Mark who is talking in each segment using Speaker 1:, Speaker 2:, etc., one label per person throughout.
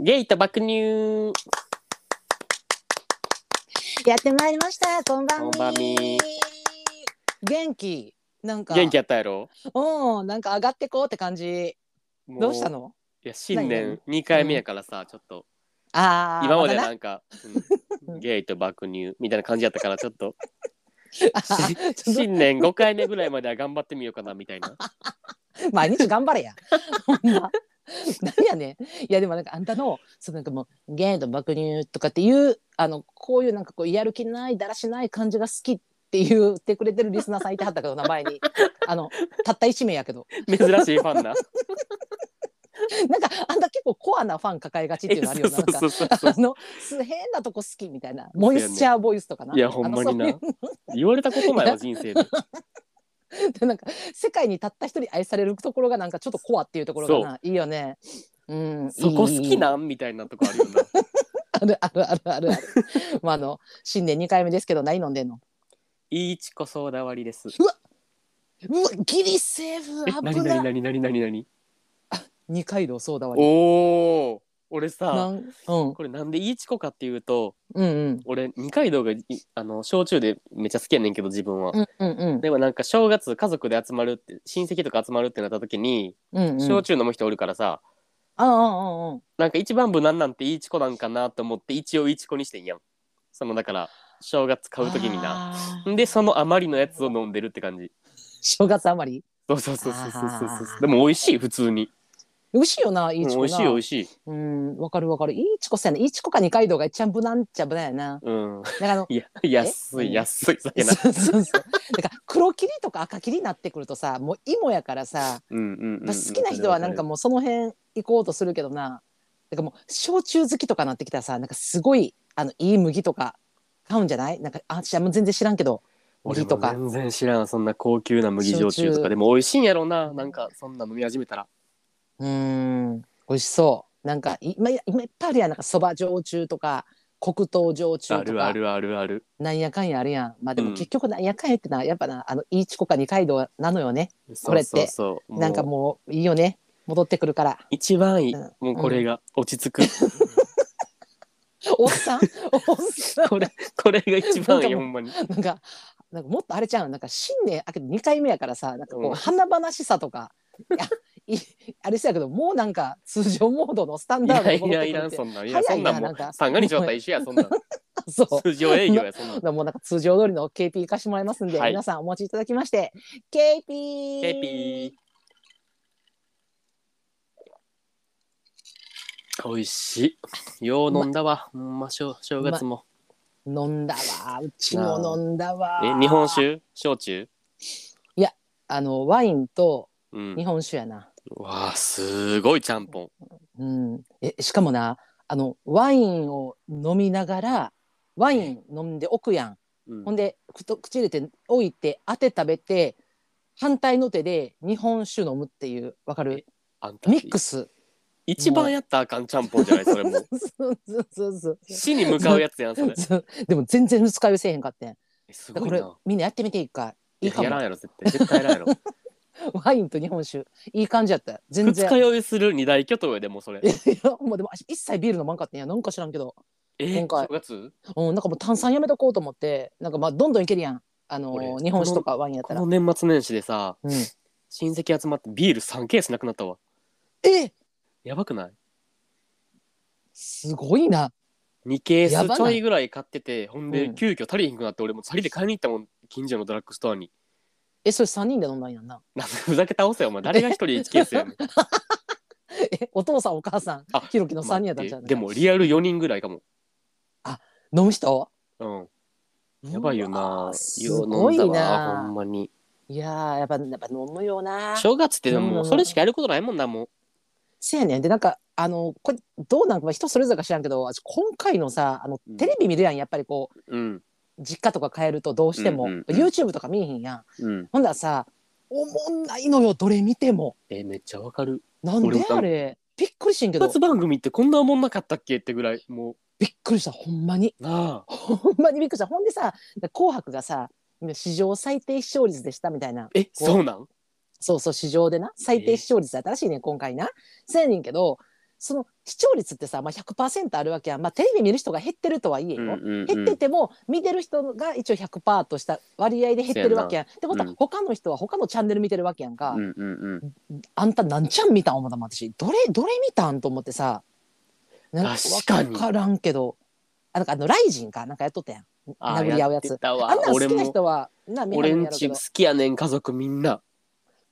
Speaker 1: ゲイと爆乳
Speaker 2: やってまいりました。こんばんみ。
Speaker 1: こんばんみ
Speaker 2: 元気。なんか。
Speaker 1: 元気やったやろ
Speaker 2: うん、なんか上がってこうって感じ。
Speaker 1: も
Speaker 2: どうしたの。
Speaker 1: いや新
Speaker 2: 何
Speaker 1: 年2回目やからさ、ちょっと
Speaker 2: ああ。
Speaker 1: 今まで
Speaker 2: だ
Speaker 1: な。んか、うんゲイと爆乳みたいな感じやったからちょっと
Speaker 2: あ
Speaker 1: し
Speaker 2: ーちょっ
Speaker 1: 新年5回目ぐらいまでは頑張ってみようかなみたい な
Speaker 2: と 毎日頑張れや。 ほんま。何やねん。いや、でも、なんか、あんたの、その、なんかもう、ゲイと爆乳とかっていう、あの、こういう、なんか、こう、やる気ない、だらしない感じが好き。って言ってくれてるリスナーさんいてはったけど名前にあのたった一名やけど
Speaker 1: 珍しいフ ァンな
Speaker 2: なんかあんた結構コアなファン抱えがちっていうのあるよななんか
Speaker 1: そうそうそうそう
Speaker 2: あのす変なとこ好きみたいなモイスチャーボイスとかな。
Speaker 1: いやほんまにな
Speaker 2: あのそう
Speaker 1: 言われたこと ないわ人生で
Speaker 2: いうなんか世界にたった一人愛されるところがなんかちょっとコアっていうところがないいよね。うん。
Speaker 1: そこ好
Speaker 2: いい
Speaker 1: き。なんみたいなとこあるよな
Speaker 2: ある あるあるあるある。まああの新年二回目ですけど何飲んでんの。
Speaker 1: いいチコソーダ割りです
Speaker 2: うわギリ
Speaker 1: え
Speaker 2: セーフ
Speaker 1: な
Speaker 2: 危
Speaker 1: になに
Speaker 2: ない。
Speaker 1: なになになになに
Speaker 2: 二階堂そうだわ。
Speaker 1: おお俺
Speaker 2: な
Speaker 1: さ
Speaker 2: んうん
Speaker 1: これなんでいいチコかっていうと
Speaker 2: うんうん
Speaker 1: 俺二階堂がいあの焼酎でめっちゃ好きやねんけど自分は、
Speaker 2: うんうんうん
Speaker 1: でもなんか正月家族で集まるって親戚とか集まるってなった時に、
Speaker 2: うんうん。
Speaker 1: 焼酎飲む人おるからさ
Speaker 2: ああああああ。
Speaker 1: なんか一番無難なんていいチコなんかなと思って一応いいチコにしてんやんそのだから正月買う時にな
Speaker 2: あー。
Speaker 1: でその余りのやつを飲んでるって感じ
Speaker 2: 正月あまり。
Speaker 1: そうそうそうそうそうそう
Speaker 2: あ
Speaker 1: そう
Speaker 2: ー
Speaker 1: でも美味しい普通に
Speaker 2: 美味しいよな、い
Speaker 1: うん
Speaker 2: い
Speaker 1: 美
Speaker 2: チコな。
Speaker 1: 味しい美味しい
Speaker 2: うん、わかるわかる。いいチコさんね。いいチコか二階堂がいっちゃん無難っちゃ無難やな。
Speaker 1: うん
Speaker 2: だからあの
Speaker 1: いや安
Speaker 2: う
Speaker 1: い
Speaker 2: ん
Speaker 1: 安い酒な
Speaker 2: そうそうそう。だから黒切りとか赤切りになってくるとさ、もう芋やからさ、
Speaker 1: うんうんうんうん
Speaker 2: まあ好きな人はなんかもうその辺行こうとするけどな。だからもう焼酎好きとかなってきたらさ、なんかすごいあのいい麦とか買うんじゃない？なんかあ私はもう全然知らんけど、
Speaker 1: 俺
Speaker 2: 麦
Speaker 1: と
Speaker 2: と
Speaker 1: か
Speaker 2: か。
Speaker 1: 全然知らんそんな高級な麦焼酎と
Speaker 2: 焼
Speaker 1: か
Speaker 2: 酎
Speaker 1: でも美味しいんやろうななんかそんな飲み始めたら
Speaker 2: うん、美味しそう。なんかい今今いっぱいあるやん。なんかそば焼酎とか黒糖焼酎とか。
Speaker 1: あるあるあるある
Speaker 2: なんやかんやあるやん。まあで
Speaker 1: う
Speaker 2: も
Speaker 1: ん
Speaker 2: 結局なんやかんやってな、やっぱな、あの、いいチコか二階堂なのよね。
Speaker 1: そ
Speaker 2: これ
Speaker 1: う
Speaker 2: って
Speaker 1: そうそう
Speaker 2: なんかもういいよね。戻ってくる から。
Speaker 1: 一番いい、
Speaker 2: うん
Speaker 1: もうこれが落ち着く、
Speaker 2: おっさんおっさん
Speaker 1: これこれが一番いい
Speaker 2: なんかもう
Speaker 1: ほんまに
Speaker 2: なんか、なんかもっとあれちゃう。なんか新年明けて2回目やからさ、なんか
Speaker 1: う
Speaker 2: こ
Speaker 1: ん
Speaker 2: う、華々しさ とか、いや、いあれそうやけど、もうなんか通常モードのスタン
Speaker 1: い
Speaker 2: ダード
Speaker 1: や
Speaker 2: に
Speaker 1: い
Speaker 2: 戻っ
Speaker 1: や
Speaker 2: て
Speaker 1: い
Speaker 2: くる
Speaker 1: ら
Speaker 2: っ
Speaker 1: ん
Speaker 2: て
Speaker 1: そんなんいや
Speaker 2: 早
Speaker 1: そ
Speaker 2: い
Speaker 1: んな
Speaker 2: なん
Speaker 1: も
Speaker 2: なん
Speaker 1: う
Speaker 2: か
Speaker 1: 三が日だったら一緒やそん なん
Speaker 2: そう。
Speaker 1: 通常営業やそんなん
Speaker 2: もうなんか通常通りの KP 行かしてもらいますんで、
Speaker 1: はい
Speaker 2: 皆さんお持ちいただきまして KP!
Speaker 1: ケピー美味しいよう飲んだわほんましょ正月も
Speaker 2: 飲んだわうちも飲んだわ
Speaker 1: え日本酒焼酎
Speaker 2: あのワインと
Speaker 1: うん
Speaker 2: 日本酒やな、
Speaker 1: わあすごいちゃんぽん
Speaker 2: うん、えしかもなあのワインを飲みながらワイン飲んでおくやん、
Speaker 1: うん
Speaker 2: ほんでくと口入れて置いて当て食べて反対の手で日本酒飲むっていうわかる
Speaker 1: あんた
Speaker 2: ミックス
Speaker 1: 一番やったらあかんちゃんぽんじゃないそれもう
Speaker 2: そうそうそうそう
Speaker 1: 死に向かうやつやん それ
Speaker 2: そうでも全然二日酔いせえへんかってん
Speaker 1: えす
Speaker 2: だ
Speaker 1: ご
Speaker 2: か
Speaker 1: い
Speaker 2: ら
Speaker 1: な
Speaker 2: これみんなやってみていいかいいか
Speaker 1: やらん
Speaker 2: も
Speaker 1: やろ絶対絶対やらん やろ
Speaker 2: ワインと日本酒いい感じやった全
Speaker 1: 二
Speaker 2: 然
Speaker 1: 日酔いする二大巨頭やでもうそれ
Speaker 2: いやいやほんまで も私一切ビール飲まんかったんやなんか知らんけど
Speaker 1: え
Speaker 2: 今回
Speaker 1: 正月
Speaker 2: うん、なんかもう炭酸やめとこうと思ってなんかまあどんどんいけるやん、あのー
Speaker 1: 俺
Speaker 2: 日本酒とかワインやった
Speaker 1: こ
Speaker 2: ら
Speaker 1: の、年末年始でさ
Speaker 2: うん、
Speaker 1: 親戚集まってビール3ケースなくなったわ
Speaker 2: え
Speaker 1: やばくない
Speaker 2: すごいな
Speaker 1: 2ケー
Speaker 2: や
Speaker 1: ス
Speaker 2: ば
Speaker 1: ちょ
Speaker 2: ない
Speaker 1: いぐらい買っててほん
Speaker 2: う
Speaker 1: で
Speaker 2: ん
Speaker 1: 急遽足りひんくなって俺もチャリで買いに行ったもん近所のドラッグストアに
Speaker 2: えそれ3人で飲んだんやんな
Speaker 1: なんかふざけ倒せよお前誰が一人1ケースやねん
Speaker 2: えお父さんお母さん
Speaker 1: あ
Speaker 2: ひろき の3人やったんじ
Speaker 1: 待
Speaker 2: ゃん
Speaker 1: ってでもリアル4人ぐらいかも
Speaker 2: 飲む人
Speaker 1: うんやばいよ
Speaker 2: う
Speaker 1: な
Speaker 2: わー
Speaker 1: よう飲ん
Speaker 2: すご
Speaker 1: だ
Speaker 2: い
Speaker 1: わほん
Speaker 2: な
Speaker 1: まに
Speaker 2: いやーやっぱやっぱ飲むよな
Speaker 1: 正月ってでももう
Speaker 2: うん
Speaker 1: それしかやることないもんなもう
Speaker 2: せやねんでなんかあのこれどうなんか人それぞれか知らんけど私今回のさあの
Speaker 1: うん
Speaker 2: テレビ見るやんやっぱりこう
Speaker 1: うん
Speaker 2: 実家とか帰るとどうしても、
Speaker 1: うんうんうん
Speaker 2: YouTube とか見えへんやん
Speaker 1: うん
Speaker 2: ほんだらさおもんないのよどれ見ても
Speaker 1: えめっちゃわかる
Speaker 2: なん
Speaker 1: 俺
Speaker 2: で
Speaker 1: も
Speaker 2: あれびっくりしてんけ
Speaker 1: 一
Speaker 2: ど
Speaker 1: 発番組ってこんなおもんなかったっけってぐらいも
Speaker 2: びっくりしたほんまに
Speaker 1: うなあ
Speaker 2: ほんまにびっくりしたほんでさ「紅白」がさ史上最低視聴率でしたみたいな
Speaker 1: えそうなん
Speaker 2: そうそう史上でな最低視聴率だったらしいねん今回なせやねんけどその視聴率ってさ、まあ、100%あるわけやん、まあ、テレビ見る人が減ってるとはいえよ、
Speaker 1: うんうんう
Speaker 2: 減
Speaker 1: ん
Speaker 2: ってても見てる人が一応100%とした割合で減ってるわけやん。ってこと
Speaker 1: う
Speaker 2: は
Speaker 1: ん
Speaker 2: 他の人は他のチャンネル見てるわけやんか、
Speaker 1: うんうんうん
Speaker 2: あんた何ちゃん見たん思ったもん私どれどれ見たんと思ってさなん
Speaker 1: 確かに
Speaker 2: わからんけどあなんかあのライジンかなんかやっとったやん
Speaker 1: あ
Speaker 2: 殴り合うやつ
Speaker 1: ってたわ
Speaker 2: あんなん好
Speaker 1: 俺
Speaker 2: きな
Speaker 1: も
Speaker 2: 人はな見
Speaker 1: 俺
Speaker 2: るん
Speaker 1: ん
Speaker 2: やろうけ
Speaker 1: ち
Speaker 2: ど
Speaker 1: 好きやねん家族みんな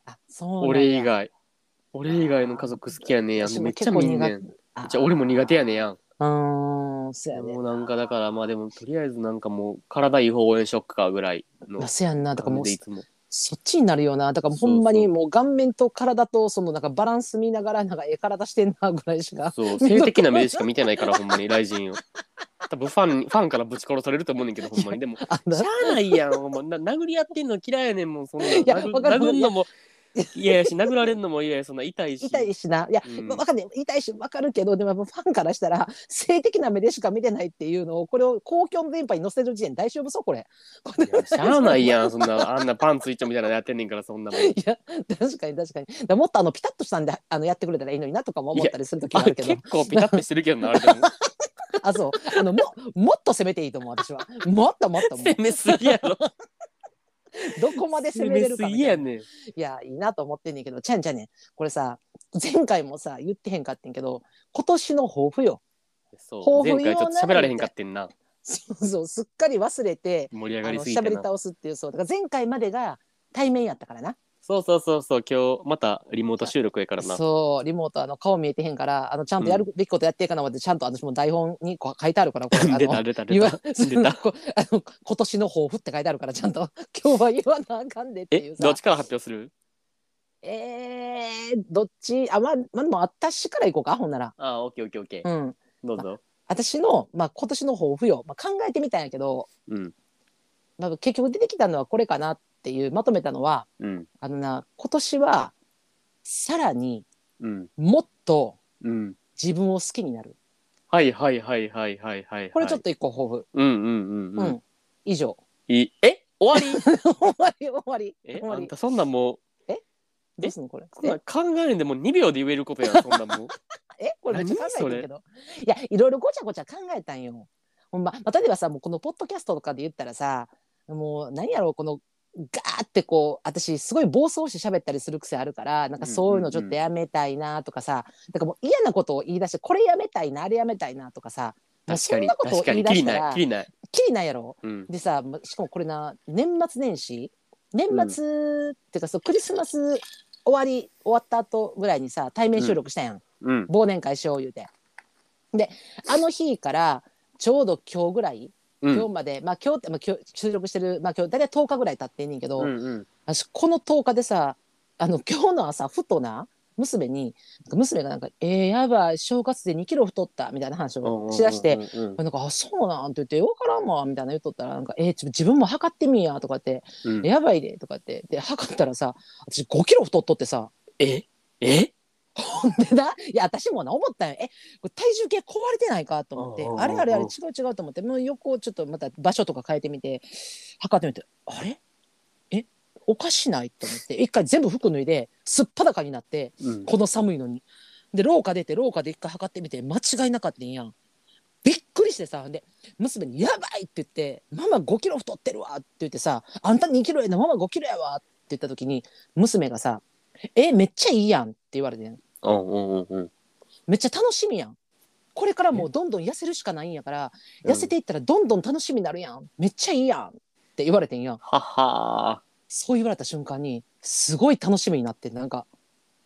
Speaker 2: あそうなんや
Speaker 1: 俺以外俺以外の家族好きやねんやん
Speaker 2: 私も
Speaker 1: めっちゃみんねん
Speaker 2: あ
Speaker 1: じゃあ俺も苦手やねんやん
Speaker 2: うーんそうやね
Speaker 1: もうなんかだからまあでもとりあえずなんかもう体違法応援ショックかぐらいの
Speaker 2: まあそうやんなだからも
Speaker 1: 感じ
Speaker 2: う
Speaker 1: でいつも
Speaker 2: そっちになるよなだからほんまにもう顔面と体とそのなんかバランス見ながらなんかええ体してんなぐらいしか
Speaker 1: そう 性的な目しか見てないからほんまにライジンを多分ファンファンからぶち殺されると思うねんけどほんまにでもし
Speaker 2: あの
Speaker 1: ゃあないやんほんまな殴り合ってんの嫌いやねんもんそんなん
Speaker 2: や
Speaker 1: 殴
Speaker 2: わかる
Speaker 1: 殴んのも嫌やし殴られんのも嫌やそんな痛いし
Speaker 2: 痛いしないや、
Speaker 1: うん
Speaker 2: まわかんない痛いしわかるけどでもやっぱファンからしたら性的な目でしか見てないっていうのをこれを公共の電波に載せる時点で大丈夫そうこれこれ
Speaker 1: いやしゃあないやんそんなあんなパンツ一丁みたいなのやってんねんからそんなもん
Speaker 2: いや確かに確かにだからもっとあのピタッとしたんであのやってくれたらいいのになとかも思ったりする時
Speaker 1: あ
Speaker 2: あるけど
Speaker 1: 結構ピタッとしてるけどなあれでも
Speaker 2: あそうあのももっと攻めていいと思う私はもっともっともう
Speaker 1: 攻めすぎやろ
Speaker 2: どこまで攻めれるか
Speaker 1: 攻めす
Speaker 2: みたい
Speaker 1: ぎ
Speaker 2: な
Speaker 1: やねん
Speaker 2: いやいいなと思ってんねんけどちゃんちゃんねんこれさ前回もさ言ってへんかってんけど今年の抱負よ
Speaker 1: そう
Speaker 2: 抱負
Speaker 1: 前回ちょっと喋られへんかってんな
Speaker 2: そうそうすっかり忘れて
Speaker 1: 盛り上
Speaker 2: あ
Speaker 1: がり
Speaker 2: の
Speaker 1: すぎて
Speaker 2: 喋り
Speaker 1: な
Speaker 2: 倒すっていうそうだから前回までが対面やったからな
Speaker 1: そうそうそうそう今日またリモート収録やからな
Speaker 2: そうリモートあの顔見えてへんからあのちゃんとやるべきことやっていかなまでちゃんと私も台本にこう書いてあるからこれ あ
Speaker 1: 出た
Speaker 2: の
Speaker 1: 出た出
Speaker 2: 言わ
Speaker 1: た出た
Speaker 2: こうあの今年の抱負って書いてあるからちゃんと 今日は言わなあかんでってい
Speaker 1: え
Speaker 2: う
Speaker 1: ど
Speaker 2: さ
Speaker 1: っちから発表する
Speaker 2: えー、どっちあまあまあでも私からいこうかほんなら
Speaker 1: あオッケーオッケーオッケ
Speaker 2: う
Speaker 1: ー
Speaker 2: ん
Speaker 1: どうぞ
Speaker 2: 私の、まあ、今年の抱負よ、まあ、考えてみたんやけど、
Speaker 1: うん
Speaker 2: まあ、結局出てきたのはこれかなっていうまとめたのは
Speaker 1: うん
Speaker 2: あのな今年はさらに
Speaker 1: うん
Speaker 2: もっと
Speaker 1: うん
Speaker 2: 自分を好きになる
Speaker 1: はいはいはいはいはいはい
Speaker 2: これちょっ
Speaker 1: と
Speaker 2: と一個抱負、
Speaker 1: うんうんうんう
Speaker 2: うんん以 上
Speaker 1: いいえ終わり
Speaker 2: 終わり終わり
Speaker 1: え
Speaker 2: 終
Speaker 1: あ
Speaker 2: わ
Speaker 1: ん
Speaker 2: り
Speaker 1: たそんなんもう
Speaker 2: どうすんのこれ
Speaker 1: そんなん考えんでも2秒で言えること やんそんなんもう
Speaker 2: えこれめっちゃ考
Speaker 1: 何
Speaker 2: えてるけどいやいろいろごちゃごちゃ考えたんよほんま、まあ、例えばさもうこのポッドキャストとかで言ったらさもう何やろうこのガーってこう私すごい暴走して喋ったりする癖あるからなんかそういうのちょっとやめたいなとかさ、だからもう嫌なことを言い出してこれやめたいなあれやめたいなとかさもう
Speaker 1: 確か
Speaker 2: そん
Speaker 1: に
Speaker 2: なことを
Speaker 1: 確か
Speaker 2: 言い
Speaker 1: に
Speaker 2: 出
Speaker 1: きり
Speaker 2: した
Speaker 1: な
Speaker 2: ら
Speaker 1: いきりない
Speaker 2: きりないやろ
Speaker 1: うん
Speaker 2: でさましかもこれな年末年始年末、っていうかそうクリスマス終わり終わった後ぐらいにさ対面収録したやん
Speaker 1: うん
Speaker 2: 忘年会しよう言うてであの日からちょうど今日ぐらい
Speaker 1: うん
Speaker 2: 今日まで、まあ今日って、まあ、今日収録してる、まあ、今日大体10日ぐらい経ってんねんけど、
Speaker 1: うんうん
Speaker 2: 私この10日でさあの今日の朝ふとな娘になんか娘がなんか「えー、やばい正月で2キロ太った」みたいな話をしだして、
Speaker 1: うんうん
Speaker 2: なんか「あそうなん」って言って「分からんわ」みたいな言っとったら「なんかえー、ちょ自分も測ってみんや」とかって
Speaker 1: うん
Speaker 2: 「やばいで」とかってで測ったらさ私5キロ太っとってさ
Speaker 1: ええ
Speaker 2: ほんでないや私もな思ったんよえこれ体重計壊れてないかと思って
Speaker 1: うんうんうんうん
Speaker 2: あれあれあれ違う違うと思ってもう横をちょっとまた場所とか変えてみて測ってみてあれえおかしないと思って一回全部服脱いですっぱだかになって
Speaker 1: うん
Speaker 2: この寒いのにで廊下出て廊下で一回測ってみて間違いなかったんやんびっくりしてさほんで娘に「やばい!」って言って「ママ5キロ太ってるわ!」って言ってさ「あんた2キロやなママ5キロやわ!」って言った時に娘がさ「えめっちゃいいやん」って言われてん
Speaker 1: うんうんうんうん
Speaker 2: めっちゃ楽しみやんこれからもうどんどん痩せるしかないんやから
Speaker 1: うん
Speaker 2: 痩せていったらどんどん楽しみになるやんめっちゃいいやんって言われてんやん
Speaker 1: はは
Speaker 2: そう言われた瞬間にすごい楽しみになってなんか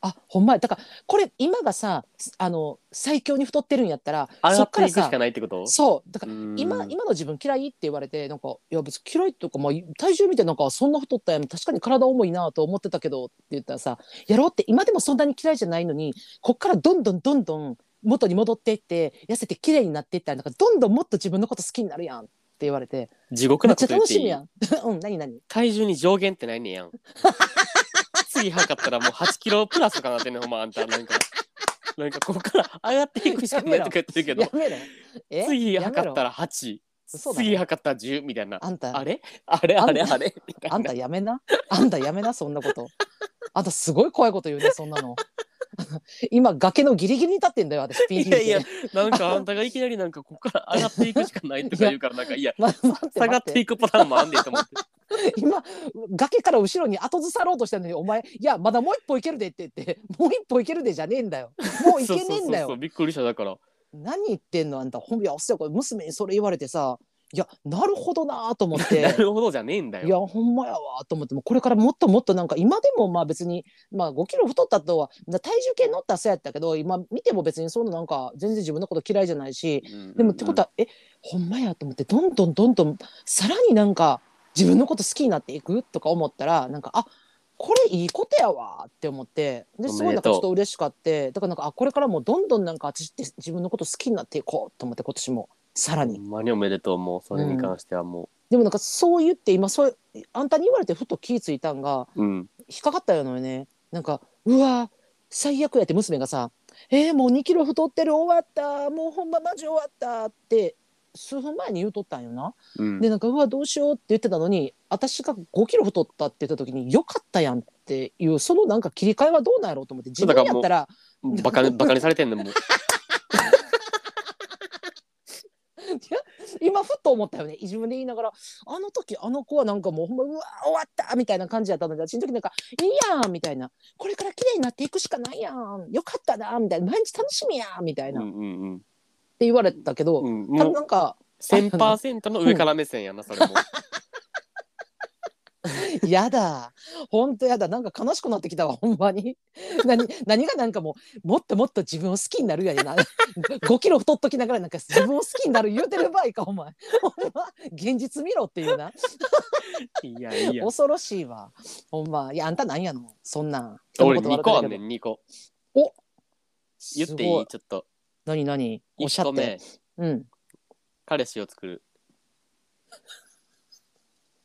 Speaker 2: あほんまやだからこれ今がさあの最強に太ってるんやったら
Speaker 1: 上
Speaker 2: そ
Speaker 1: が
Speaker 2: っ
Speaker 1: っ
Speaker 2: か
Speaker 1: て
Speaker 2: ら
Speaker 1: いくし
Speaker 2: さ
Speaker 1: かないってこと
Speaker 2: そうだから今
Speaker 1: 今
Speaker 2: 今の自分嫌いって言われてなんかいや別に嫌いっていうか、まあ、体重見てなんかそんな太ったやん確かに体重いなと思ってたけどって言ったらさやろうって今でもそんなに嫌いじゃないのにこっからどんどんどんどん元に戻っていって痩せて綺麗になっていったらなんかどんどんもっと自分のこと好きになるやんって言われて
Speaker 1: 地獄
Speaker 2: めっ
Speaker 1: な
Speaker 2: ち
Speaker 1: こ
Speaker 2: ゃ
Speaker 1: と言っ
Speaker 2: 楽
Speaker 1: て
Speaker 2: し
Speaker 1: い
Speaker 2: み
Speaker 1: い
Speaker 2: やんうん 何何
Speaker 1: 体重に上限ってないねやん 次測ったらもう8キロプラスとかなってんねんほんまあんたなんかなんかここから上がっていくしかないとか言ってるけど
Speaker 2: やめろえ
Speaker 1: 次測った
Speaker 2: やめろ
Speaker 1: ら8
Speaker 2: そうだね
Speaker 1: 次測ったら10みたいな
Speaker 2: あんた
Speaker 1: あれあれあれ
Speaker 2: あんた
Speaker 1: あれみた
Speaker 2: あ
Speaker 1: い
Speaker 2: ん
Speaker 1: な
Speaker 2: たやめなあんたやめなそんなことあんたすごい怖いこと言うねそんなの 今崖のギリギリに立ってんだよ私ピン
Speaker 1: い
Speaker 2: ピン
Speaker 1: や
Speaker 2: で
Speaker 1: いや、 なんかあんたがいきなりなんかここから上がっていくしかないとか言うから、なんか いや、
Speaker 2: ま待って
Speaker 1: 下がっていくパターンもあんねんと思って。
Speaker 2: 待って今崖から後ろに後ずさろうとしたのにお前いやまだもう一歩いけるでって言ってもう一歩いけるでじゃねえんだよ もういけねえん
Speaker 1: そ
Speaker 2: だ
Speaker 1: うそうそうそう
Speaker 2: よ
Speaker 1: びっくりしただから。
Speaker 2: 何言ってんのあんたほんいやそやこれ娘にそれ言われてさいやなるほどなーと思っ て
Speaker 1: なるほどじゃねえんだ
Speaker 2: い
Speaker 1: よ。
Speaker 2: やほんまやわと思ってもうこれからもっともっとなんか今でもまあ別に、まあ、5キロ太ったとはな体重計乗ったらそうやったけど今見ても別にそんななんか全然自分のこと嫌いじゃないし
Speaker 1: うん
Speaker 2: でもってことは、えほんまやと思ってどんどんどんどんさらになんか自分のこと好きになっていくとか思ったらなんかあこれいいことやわって思って
Speaker 1: おめでと
Speaker 2: で
Speaker 1: う
Speaker 2: すごいなんかちょっと嬉しかってだからなんかあこれからもうどんどんなんか私って自分のこと好きになっていこうと思って今年もさら
Speaker 1: ほ
Speaker 2: に
Speaker 1: んまにおめでとうもうそれに関してはも
Speaker 2: でもなんかそう言って今そうあんたに言われてふと気ぃついたんが
Speaker 1: う、うん、
Speaker 2: 引っかかったよねなんかうわ最悪やって娘がさ「えー、もう2キロ太ってる終わったもうほんまマジ終わった」って数分前に言うとったんよな。
Speaker 1: うん、
Speaker 2: でなんか「うわどうしよう」って言ってたのに私が5キロ太ったって言った時に「よかったやん」っていうそのなんか切り替えはどうなんやろうと思って自
Speaker 1: そうだから
Speaker 2: 分や
Speaker 1: もう
Speaker 2: ったら
Speaker 1: バカにバカにされてんの もう。
Speaker 2: 今ふっと思ったよね自分で言いながらあの時あの子はなんかもうほんまうわ終わったみたいな感じやったので私の時なんかいいやんみたいなこれから綺麗になっていくしかないやんよかったなみたいな毎日楽しみやんみたいうな、っ
Speaker 1: んうんうん
Speaker 2: て言われたけど、
Speaker 1: うん、
Speaker 2: た
Speaker 1: も
Speaker 2: だ
Speaker 1: う
Speaker 2: なんか
Speaker 1: 1000%の上から目線やなそれも。
Speaker 2: やだほんとやだなんか悲しくなってきたわほんまに 何何がなんかもうもっともっと自分を好きになるやでな 5キロ太っときながらなんか自分を好きになる言うてる場合かお前ほんま現実見ろっていうない
Speaker 1: や いや。
Speaker 2: 恐ろしいわほんまいやあんたなんやのそんなん
Speaker 1: 俺
Speaker 2: 人の
Speaker 1: 2個あ
Speaker 2: こと笑
Speaker 1: ん
Speaker 2: って
Speaker 1: ね
Speaker 2: るけど
Speaker 1: ん2個。言っ
Speaker 2: す
Speaker 1: てい
Speaker 2: ご
Speaker 1: いちょっと。
Speaker 2: 何何おっしゃ
Speaker 1: 1
Speaker 2: っ
Speaker 1: 個
Speaker 2: て
Speaker 1: 目
Speaker 2: うん
Speaker 1: 彼氏を作る。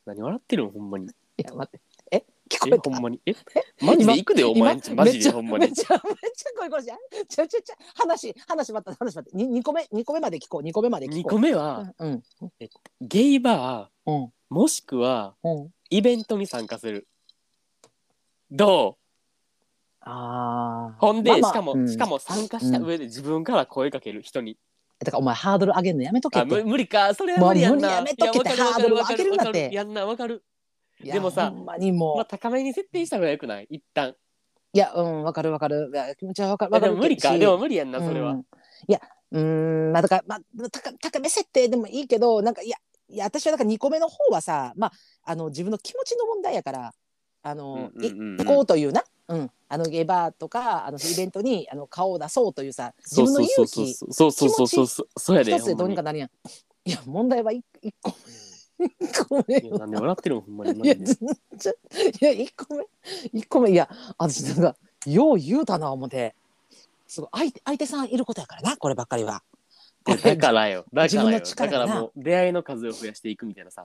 Speaker 1: 何笑ってるのほんまに。
Speaker 2: いや待ってえ聞
Speaker 1: え
Speaker 2: こえ
Speaker 1: ほん
Speaker 2: た
Speaker 1: まに。えマジで行くでお前んち
Speaker 2: 今
Speaker 1: マジ
Speaker 2: めっ
Speaker 1: で
Speaker 2: ちゃ
Speaker 1: ほんま
Speaker 2: め
Speaker 1: に
Speaker 2: っ。ちゃめっちゃ声殺しちゃちゃちゃ話話待った話待ってに二個目二個目まで聞こう二個目まで聞
Speaker 1: 2
Speaker 2: こ
Speaker 1: 個
Speaker 2: う
Speaker 1: 目は
Speaker 2: うん
Speaker 1: ゲイバ
Speaker 2: うん
Speaker 1: ーもしくは
Speaker 2: うん
Speaker 1: イベントに参加する。どう
Speaker 2: ああ
Speaker 1: ほんで、
Speaker 2: まあまあ
Speaker 1: しかも、
Speaker 2: うん
Speaker 1: しかも参加した上で自分から声かける人に。
Speaker 2: だからお前ハードル上げるのやめとけ
Speaker 1: あ
Speaker 2: って
Speaker 1: む無理か、それは
Speaker 2: もう
Speaker 1: 無理やんな。
Speaker 2: 無理やめとけって
Speaker 1: いやわかわか
Speaker 2: ハードルを上げるんだって
Speaker 1: わかやんな、わかる。
Speaker 2: いや
Speaker 1: でもさ
Speaker 2: ほんまに
Speaker 1: ま
Speaker 2: も
Speaker 1: あ、
Speaker 2: う
Speaker 1: 高めに設定した方がよくない一旦。
Speaker 2: いやうんわかるわかるいや気持ちはわかる
Speaker 1: まあ、
Speaker 2: わか
Speaker 1: で
Speaker 2: る
Speaker 1: も無理か、
Speaker 2: し
Speaker 1: でも無理やんな、それは。
Speaker 2: うん、いやうーんまあだから、まあ、高高め設定でもいいけどなんかいやいや私はだから2個目の方はさ、まあ、あの自分の気持ちの問題やからあの、
Speaker 1: うんうんうん
Speaker 2: い行こうというな、うん、あのゲイバーとかあのイベントにあの顔を出そうというさ自分の勇気一
Speaker 1: そうそうそうそうそうそうそうやで。
Speaker 2: つでどうにかなるやん。いや問題は 1, 一個目一個目
Speaker 1: ほんまにいやなんで笑ってるのほんまに。マ
Speaker 2: いや
Speaker 1: ジ
Speaker 2: ず
Speaker 1: で
Speaker 2: っといや1個目一個目いや私なんかよう言うたな思てすごい相手相手さんいることやからなこればっかりは。
Speaker 1: だからよ。だ
Speaker 2: 自
Speaker 1: から
Speaker 2: 分の
Speaker 1: よ。
Speaker 2: 力
Speaker 1: だ
Speaker 2: やな
Speaker 1: からもう、出会いの数を増やしていくみたいなさ。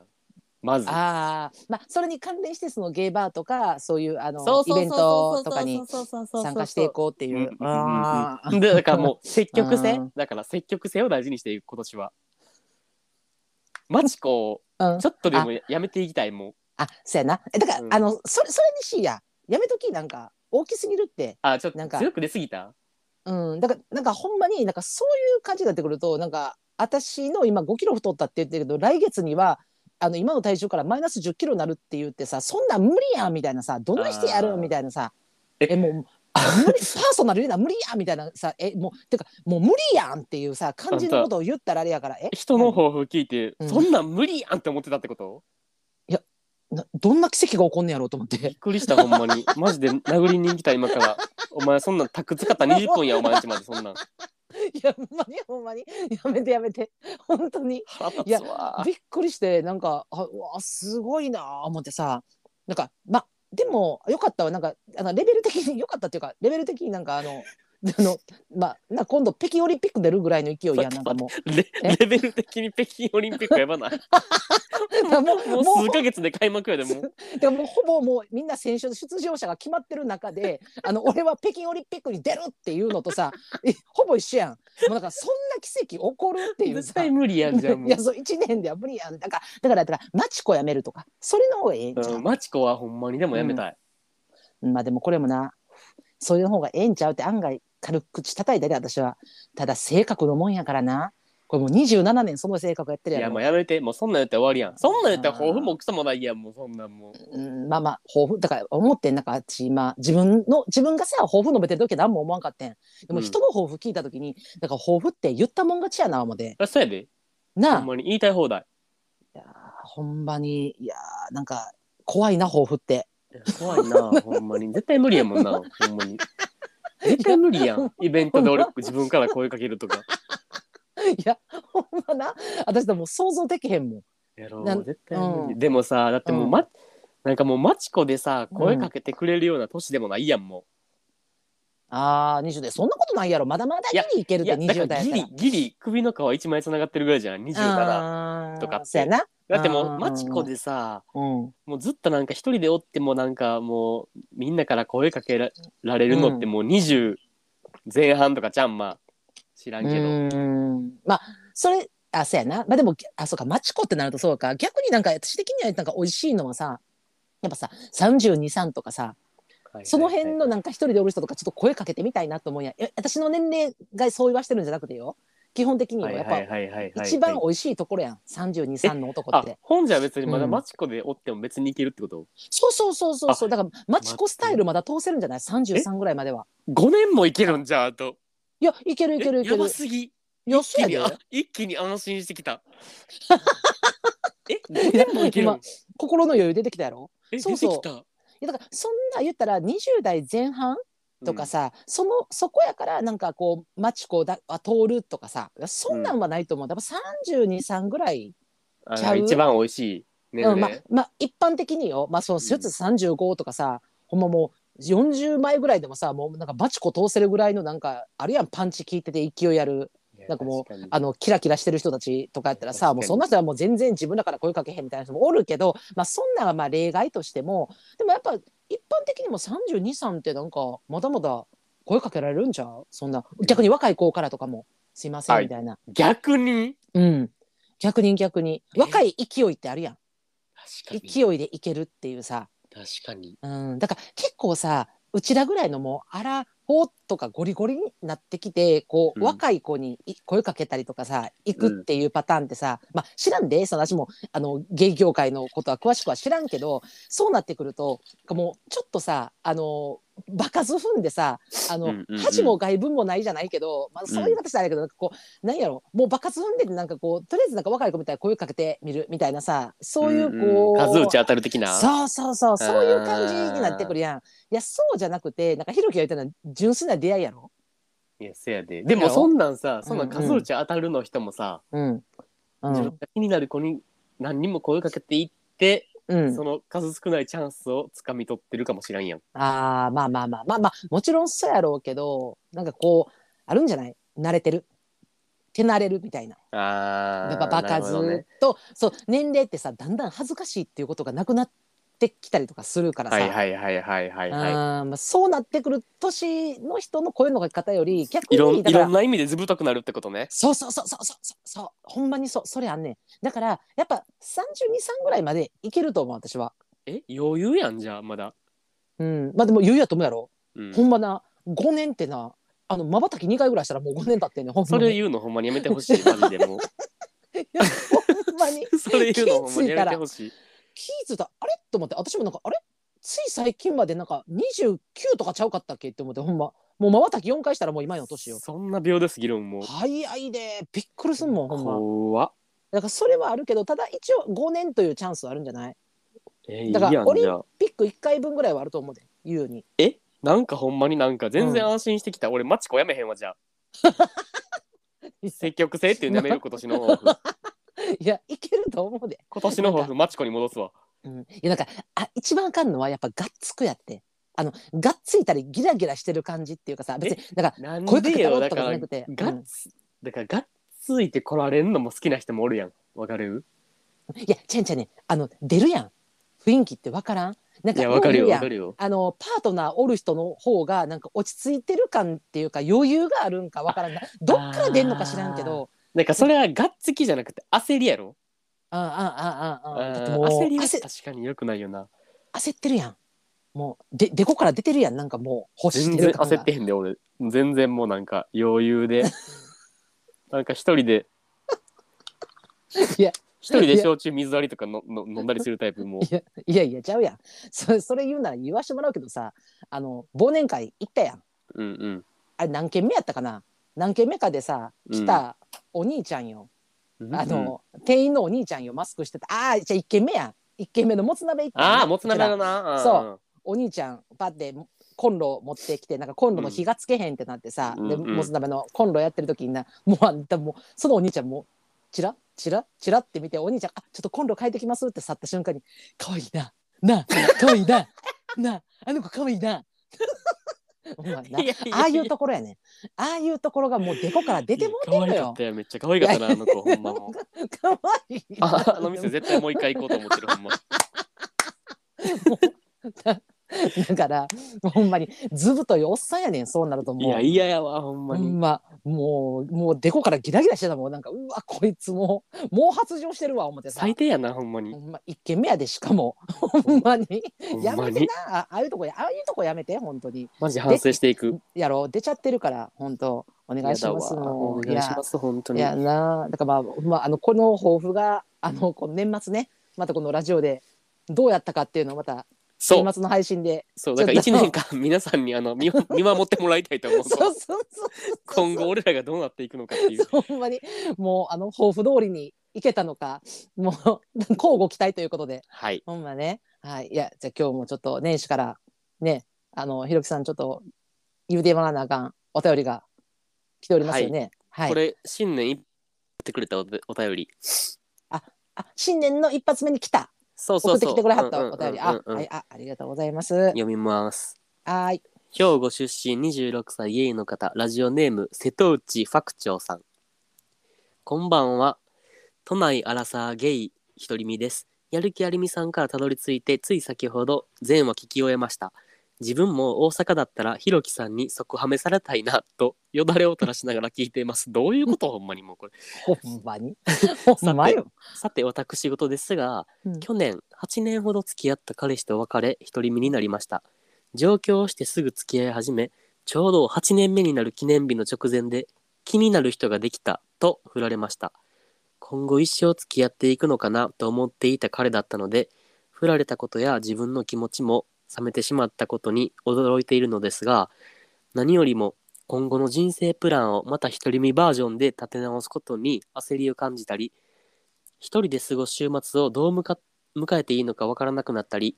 Speaker 1: まず。
Speaker 2: ああ、まあそれに関連してそのゲイバーとかそういうあの
Speaker 1: そう
Speaker 2: イ
Speaker 1: そうそう
Speaker 2: ベン
Speaker 1: そ
Speaker 2: ト
Speaker 1: う
Speaker 2: とかに
Speaker 1: そうそうそうそう
Speaker 2: 参加していこうって
Speaker 1: う
Speaker 2: い
Speaker 1: ん
Speaker 2: う。
Speaker 1: うん
Speaker 2: あ
Speaker 1: うんうんでだからもう積極
Speaker 2: う
Speaker 1: 性
Speaker 2: ん
Speaker 1: だから積極性を大事にしていく今年はマチコを
Speaker 2: あ、う ん
Speaker 1: ちょっとでもやめていきたいもう
Speaker 2: あ、そうやな。えだから、
Speaker 1: うん
Speaker 2: あのそれそれにしいや。やめときなんか大きすぎるって。
Speaker 1: あちょっ
Speaker 2: なん
Speaker 1: と
Speaker 2: か
Speaker 1: 強く出すぎた
Speaker 2: うん。だからなんかほんまになんかそういう感じになってくるとなんか私の今5キロ太ったって言ってるけど来月には。あの今の体重からマイナス10キロになるって言ってさそんなん無理やんみたいなさどないしてやる
Speaker 1: あー
Speaker 2: みたいなさ
Speaker 1: え
Speaker 2: えもう無理パーソナル言うな無理やんみたいなさえもうてかもう無理やんっていうさ感じのことを言ったらあれやからえ
Speaker 1: 人の抱負聞いて、
Speaker 2: うん
Speaker 1: そんなん無理やんって思ってたってこと
Speaker 2: などんな奇跡が起こんねやろうと 思っ
Speaker 1: びってくりしたほんまに マジで殴りに行きたい今からお前そんなんタク使った20分やお前んちまでそんなん
Speaker 2: いやほんまにほんまにやめてやめて本当に
Speaker 1: 腹立つわ
Speaker 2: びっくりしてなんかあうわすごいなあ思ってさなんかまでもよかったわなんかあのレベル的によかったっていうかレベル的になんかあの あのまな今度北京オリンピック出るぐらいの勢いやなんかも
Speaker 1: レ
Speaker 2: え
Speaker 1: レベル的に北京オリンピックやばない
Speaker 2: う もう
Speaker 1: も
Speaker 2: もう
Speaker 1: う数ヶ月で開幕やでもう
Speaker 2: でもほぼもうみんな選手出場者が決まってる中で あの俺は北京オリンピックに出るっていうのとさえほぼ一緒やんもうなんかそんな奇跡起こるっていう
Speaker 1: 絶
Speaker 2: さ
Speaker 1: 対無理やんじゃんも
Speaker 2: いうやそう1年では無理やんだからだからだからマチコやめるとかそれの方がええんちゃう
Speaker 1: うんマチコはほんまにでもやめたい、
Speaker 2: まあでもこれもなそれの方がええんちゃうって案外軽く口叩いたで私はただ性格のもんやからなこれもう27年その性格やって
Speaker 1: い
Speaker 2: るや
Speaker 1: や
Speaker 2: ろ
Speaker 1: もうやめてもうそんなんやったら終わりやんそんなんやったら抱負もクソもないやんもうそんなんもう
Speaker 2: うん、まあまあ抱負だから思ってんなんか私今自分の自分がさ抱負述べてる時は何も思わんかってんでも
Speaker 1: うん
Speaker 2: 人の抱負聞いた時に、だから抱負って言ったもん勝ちやな思て
Speaker 1: あそうやでほ
Speaker 2: なんあ
Speaker 1: まに言いたい放題
Speaker 2: いやーほんまにいやーなんか怖いな抱負って
Speaker 1: いや怖いな ほんまに絶対無理やもんなほんまに絶対無理やんイベントで俺自分から声かけるとか
Speaker 2: いやほんまな私でも想像できへんもん
Speaker 1: やろ
Speaker 2: な
Speaker 1: うん絶対無理、
Speaker 2: う
Speaker 1: でもさだってもう、まなんかもうマチコでさ声かけてくれるような年でもないやんも
Speaker 2: あー20代そんなことないやろまだまだギリい
Speaker 1: う
Speaker 2: けるっ
Speaker 1: い
Speaker 2: て
Speaker 1: やだか
Speaker 2: 20代
Speaker 1: らギ
Speaker 2: や
Speaker 1: リ
Speaker 2: か
Speaker 1: ギリ首の皮一枚つながってるぐらいじゃん
Speaker 2: ら
Speaker 1: 27
Speaker 2: あー
Speaker 1: とかって
Speaker 2: そうやな
Speaker 1: だっても
Speaker 2: あー
Speaker 1: うマチコでさ
Speaker 2: うん
Speaker 1: もうずっとなんか一人でおってもなんかもうみんなから声かけらられるのってもう20前半とかちゃんまあ知らんけど、
Speaker 2: うーんまあそれあそうやなまあでもあそうかマチコってなるとそうか逆になんか私的にはなんか美味しいのはさやっぱさ323とかさその辺のなんか一人でおる人とかちょっと声かけてみたいなと思うんやえ私の年齢がそう言わしてるんじゃなくてよ基本的にはやっぱ
Speaker 1: ぱ
Speaker 2: 一番美味しいところやん323の男
Speaker 1: あ
Speaker 2: って
Speaker 1: 本じゃ別にまだ
Speaker 2: うん
Speaker 1: マチコでおっても別にいけるってこと、
Speaker 2: そうそうそうそうそうだからマチコスタイルまだ通せるんじゃない33ぐらいまでは
Speaker 1: 五5年もいけるんじゃああと
Speaker 2: いやいける
Speaker 1: え
Speaker 2: いけるいけ
Speaker 1: や
Speaker 2: る
Speaker 1: ばすぎ
Speaker 2: よ
Speaker 1: 一
Speaker 2: そ
Speaker 1: 気
Speaker 2: や
Speaker 1: に
Speaker 2: で
Speaker 1: あ一気に安心してき たえ5年もいけるん
Speaker 2: 心の余裕出てきたやろ
Speaker 1: え
Speaker 2: そうそう
Speaker 1: 出てきた
Speaker 2: いやだからそんな言ったら20代前半とかさ、そのそこやからなんかこう町子だあ通るとかさそんなんはないと思う、多分323ぐらい、
Speaker 1: うんあ
Speaker 2: ちゃう
Speaker 1: 一番美味しい年齢、
Speaker 2: うん、まあまあ一般的によ、まあ、そのスーツ35とかさ、ほんまもう40枚ぐらいでもさもうなんか町子通せるぐらいのなんかあるやんパンチ効いてて勢いある
Speaker 1: いや
Speaker 2: なんかもう
Speaker 1: 確に
Speaker 2: あのキラキラしてる人たちとかやったら
Speaker 1: 確
Speaker 2: さ
Speaker 1: かに
Speaker 2: もうそんな人はもう全然自分だから声かけへんみたいな人もおるけど、まあ、そんなんはまあ例外としてもでもやっぱ一般的にも323ってなんかまだまだ声かけられるんちゃうそんな逆に若い子からとかも「すいませ
Speaker 1: は
Speaker 2: ん」
Speaker 1: い
Speaker 2: みたいな、
Speaker 1: 逆に
Speaker 2: うん逆に逆に
Speaker 1: え
Speaker 2: 若い勢いってあるやん
Speaker 1: 確かに
Speaker 2: 勢いでいけるっていうさ、
Speaker 1: 確かに
Speaker 2: うん、だから結構さうちらぐらいのもうアラフォーとかゴリゴリになってきてこ
Speaker 1: う
Speaker 2: う、
Speaker 1: ん
Speaker 2: 若い子にい声かけたりとかさ行くっていうパターンってさ、まあ知らんでその私もあのゲイ業界のことは詳しくは知らんけどそうなってくるともうちょっとさあの場数踏んでさあの、
Speaker 1: うんうんうん
Speaker 2: 恥も外分もないじゃないけど、まあ、そういう形じゃないけど、なんかこうなんやろもう場数踏んでてなんかこうとりあえずなんか若い子みたいな声かけてみるみたいなさそういうこ
Speaker 1: んん
Speaker 2: う、
Speaker 1: 数打ち当たる的な
Speaker 2: そうそうそうそういう感じになってくるやんいやそうじゃなくてなんかひろきが言ったのは純粋な出会いやろ
Speaker 1: いやせやでで
Speaker 2: や
Speaker 1: も
Speaker 2: ろ
Speaker 1: そんなんさそんな
Speaker 2: うんんうん
Speaker 1: 数打ち当たるの人もさ、
Speaker 2: うんう
Speaker 1: 自
Speaker 2: ん
Speaker 1: 分が気になる子に何人も声かけていって、
Speaker 2: うん
Speaker 1: その数少ないチャンスをつかみ取ってるかもしらんやん
Speaker 2: あーまあまあまあまあまあもちろんそうやろうけどなんかこうあるんじゃない慣れてる手慣れるみたいな
Speaker 1: あ
Speaker 2: やっぱ場数、と、そう年齢ってさだんだん恥ずかしいっていうことがなくなってきたりとかするからさ、
Speaker 1: はいはいはいはいはいは
Speaker 2: あーまあ、そうなってくる年の人の声のかけ方より逆
Speaker 1: いいろん
Speaker 2: にだ
Speaker 1: い
Speaker 2: から
Speaker 1: ろんな意味でずぶとくなるってことね
Speaker 2: そうそうそうそうそうそうそうほんまにそうそれあんねんだからやっぱ323ぐらいまでいけると思う私は
Speaker 1: え余裕やんじゃあまだ、
Speaker 2: うんまあでも余裕やと思うやろ、
Speaker 1: うん、
Speaker 2: ほんまな5年ってなあのまばたき2回ぐらいしたらもう5年経ってんねんほんま
Speaker 1: それ
Speaker 2: に
Speaker 1: 言うのほんまにやめてほしいマジでも
Speaker 2: いや ほんまに
Speaker 1: う それ言うのほんまにやめてほ しい
Speaker 2: 気づいたらあれと思って私もなんかあれつい最近までなんか29とかちゃうかったっけって思ってほんまもうまばたき4回したらもう今の年よ
Speaker 1: そんな秒ですぎるんもう
Speaker 2: 早いでびっくりすんもんほんま
Speaker 1: 怖っ
Speaker 2: だからそれはあるけどただ一応5年というチャンスはあるんじゃない
Speaker 1: えいい
Speaker 2: だ
Speaker 1: や
Speaker 2: か
Speaker 1: ん
Speaker 2: らオリ
Speaker 1: じ
Speaker 2: ン
Speaker 1: ゃあ
Speaker 2: ピック1回分ぐらいはあると思うで言うに
Speaker 1: なんかほんまになんか全然安心してきた、俺マチコやめへんわじゃあ 積極性っていうのやめる今年の抱負
Speaker 2: いや、いけると思うで。
Speaker 1: 今年の抱負マチコに戻すわ
Speaker 2: うん、いや、なんか、あ、一番あかんのは、やっぱがっつくやって。あの、がっついたり、ギラギラしてる感じっていうかさ、別に、なんか、
Speaker 1: なん
Speaker 2: 声か
Speaker 1: で
Speaker 2: けた
Speaker 1: よ
Speaker 2: ろ
Speaker 1: だ
Speaker 2: と
Speaker 1: か
Speaker 2: かじ
Speaker 1: ら
Speaker 2: ゃな
Speaker 1: ガ
Speaker 2: くて。うん
Speaker 1: ッツ、だからガッツいて来られんのも好きな人もおるやんわかる
Speaker 2: いや、ちゃんちゃんね、あの、出るやん。雰囲気ってわからん。な
Speaker 1: い
Speaker 2: んか、
Speaker 1: やわかる
Speaker 2: も
Speaker 1: よ
Speaker 2: ういいや
Speaker 1: わ
Speaker 2: ん
Speaker 1: かるよ
Speaker 2: あのパートナーおる人の方がなんか落ち着いてる感っていうか余裕があるんかわからんなどっから出んのか知らんけど
Speaker 1: なんかそれはガッツきじゃなくて焦りやろ
Speaker 2: ああああああ
Speaker 1: うん
Speaker 2: だってもう
Speaker 1: 焦りは
Speaker 2: 焦
Speaker 1: 確かに良くないよな
Speaker 2: 焦ってるやんもうででこから出てるやんなんかもう欲し
Speaker 1: 全
Speaker 2: て
Speaker 1: 然
Speaker 2: る感
Speaker 1: 焦
Speaker 2: が
Speaker 1: ってへんで俺全然もうなんか余裕でなんか一人で
Speaker 2: いや
Speaker 1: 一人で焼酎水割りとかのの飲んだりするタイプもう
Speaker 2: いやいやいやちゃうやん それそれ言うなら言わしてもらうけどさあの忘年会行ったやん
Speaker 1: うんうん
Speaker 2: あれ何軒目やったかな何軒目かでさ来たお兄ちゃんよ、
Speaker 1: うん
Speaker 2: あの、店員のお兄ちゃんよマスクしてたあーじゃあ1軒目や1軒目のもつ鍋行った
Speaker 1: ああもつ鍋
Speaker 2: こ
Speaker 1: だ
Speaker 2: ちら
Speaker 1: な
Speaker 2: そお兄ちゃんパッてコンロ持ってきてなんかコンロの火がつけへんってなってさ、
Speaker 1: うん
Speaker 2: で
Speaker 1: うんうん
Speaker 2: もつ鍋のコンロやってる時になもうあんたもうそのお兄ちゃんもチラッチラッチラッって見てお兄ちゃん「あちょっとコンロ変えてきます」って去った瞬間に「かわいいななあかわいいななああの子かわいいな」 お前な
Speaker 1: うんやや
Speaker 2: ああいうところやねああいうところがもうデコから出てもうてんの
Speaker 1: いや可愛か
Speaker 2: よ
Speaker 1: っ。たよめっちゃ可愛かったなあの子ほんまもう
Speaker 2: かわいい。
Speaker 1: ああの店絶対もう一回行こうと思ってるほんま
Speaker 2: だから、ほんまに、ずぶといおっさんやねん、そうなるともう。
Speaker 1: いや嫌やわほんま
Speaker 2: ほん
Speaker 1: に
Speaker 2: まもう、もう、デコからギラギラしてたもん、なんか、うわ、こいつもう、もう発情してるわ、思ってさ。
Speaker 1: 最低やなほんま
Speaker 2: ほ
Speaker 1: に
Speaker 2: んま、一軒目やで、しかも。ほんまに。
Speaker 1: ほん
Speaker 2: や
Speaker 1: ま
Speaker 2: めて
Speaker 1: に
Speaker 2: な、あああいうとこや、ああいうとこやめて、本当に。
Speaker 1: マジ反省していく
Speaker 2: やろう、出ちゃってるから、本当お願いし
Speaker 1: やだ
Speaker 2: ます。
Speaker 1: わ
Speaker 2: もう
Speaker 1: お願いします本当
Speaker 2: い
Speaker 1: に
Speaker 2: やなあだからまあ、まあ、あのこの抱負があのこの年末ねまたこのラジオでどうやったかっていうのをまた
Speaker 1: そう
Speaker 2: 年末の配信で
Speaker 1: そうだから
Speaker 2: ち
Speaker 1: 1
Speaker 2: ょっと
Speaker 1: 年間 皆さんにあの見 ま見守ってもらいたいと思う
Speaker 2: そうそうそう
Speaker 1: 今後俺らがどうなっていくのかっていう
Speaker 2: そうほんまにもうあの抱負通りにいけたのかもう交互期待ということで
Speaker 1: はい
Speaker 2: ほんまねはいいやじゃあ今日もちょっと年始からねあのひろきさんちょっと言うてもらわなあかんお便りが来ておりますよねはい、
Speaker 1: これ新年いってくれたおお便り
Speaker 2: あ新年の一発目に来た
Speaker 1: そうそ
Speaker 2: 送
Speaker 1: う
Speaker 2: って
Speaker 1: そう
Speaker 2: きてくれはっ
Speaker 1: う
Speaker 2: た
Speaker 1: ん
Speaker 2: お便り
Speaker 1: うんうん
Speaker 2: あ
Speaker 1: うんうん
Speaker 2: はいあありがとうございますは
Speaker 1: 読みます
Speaker 2: ーい
Speaker 1: 兵庫出身26歳ゲイの方ラジオネーム瀬戸内ファクチョウさんこんばんは都内アラサーゲイ独り身ですやる気ありみさんからたどり着いてつい先ほど前話聞き終えました自分も大阪だったらひろきさんに即ハメされたいなとよだれを垂らしながら聞いていますどういうことほんまにもうこれ
Speaker 2: ほん まに。ほんまよ。
Speaker 1: さて私事ですが、
Speaker 2: うん
Speaker 1: 去年8年ほど付き合った彼氏と別れ独り身になりました上京してすぐ付き合い始めちょうど8年目になる記念日の直前で気になる人ができたと振られました今後一生付き合っていくのかなと思っていた彼だったので振られたことや自分の気持ちも冷めてしまったことに驚いているのですが何よりも今後の人生プランをまた独り身バージョンで立て直すことに焦りを感じたり一人で過ごす週末をどう向か迎えていいのかわからなくなったり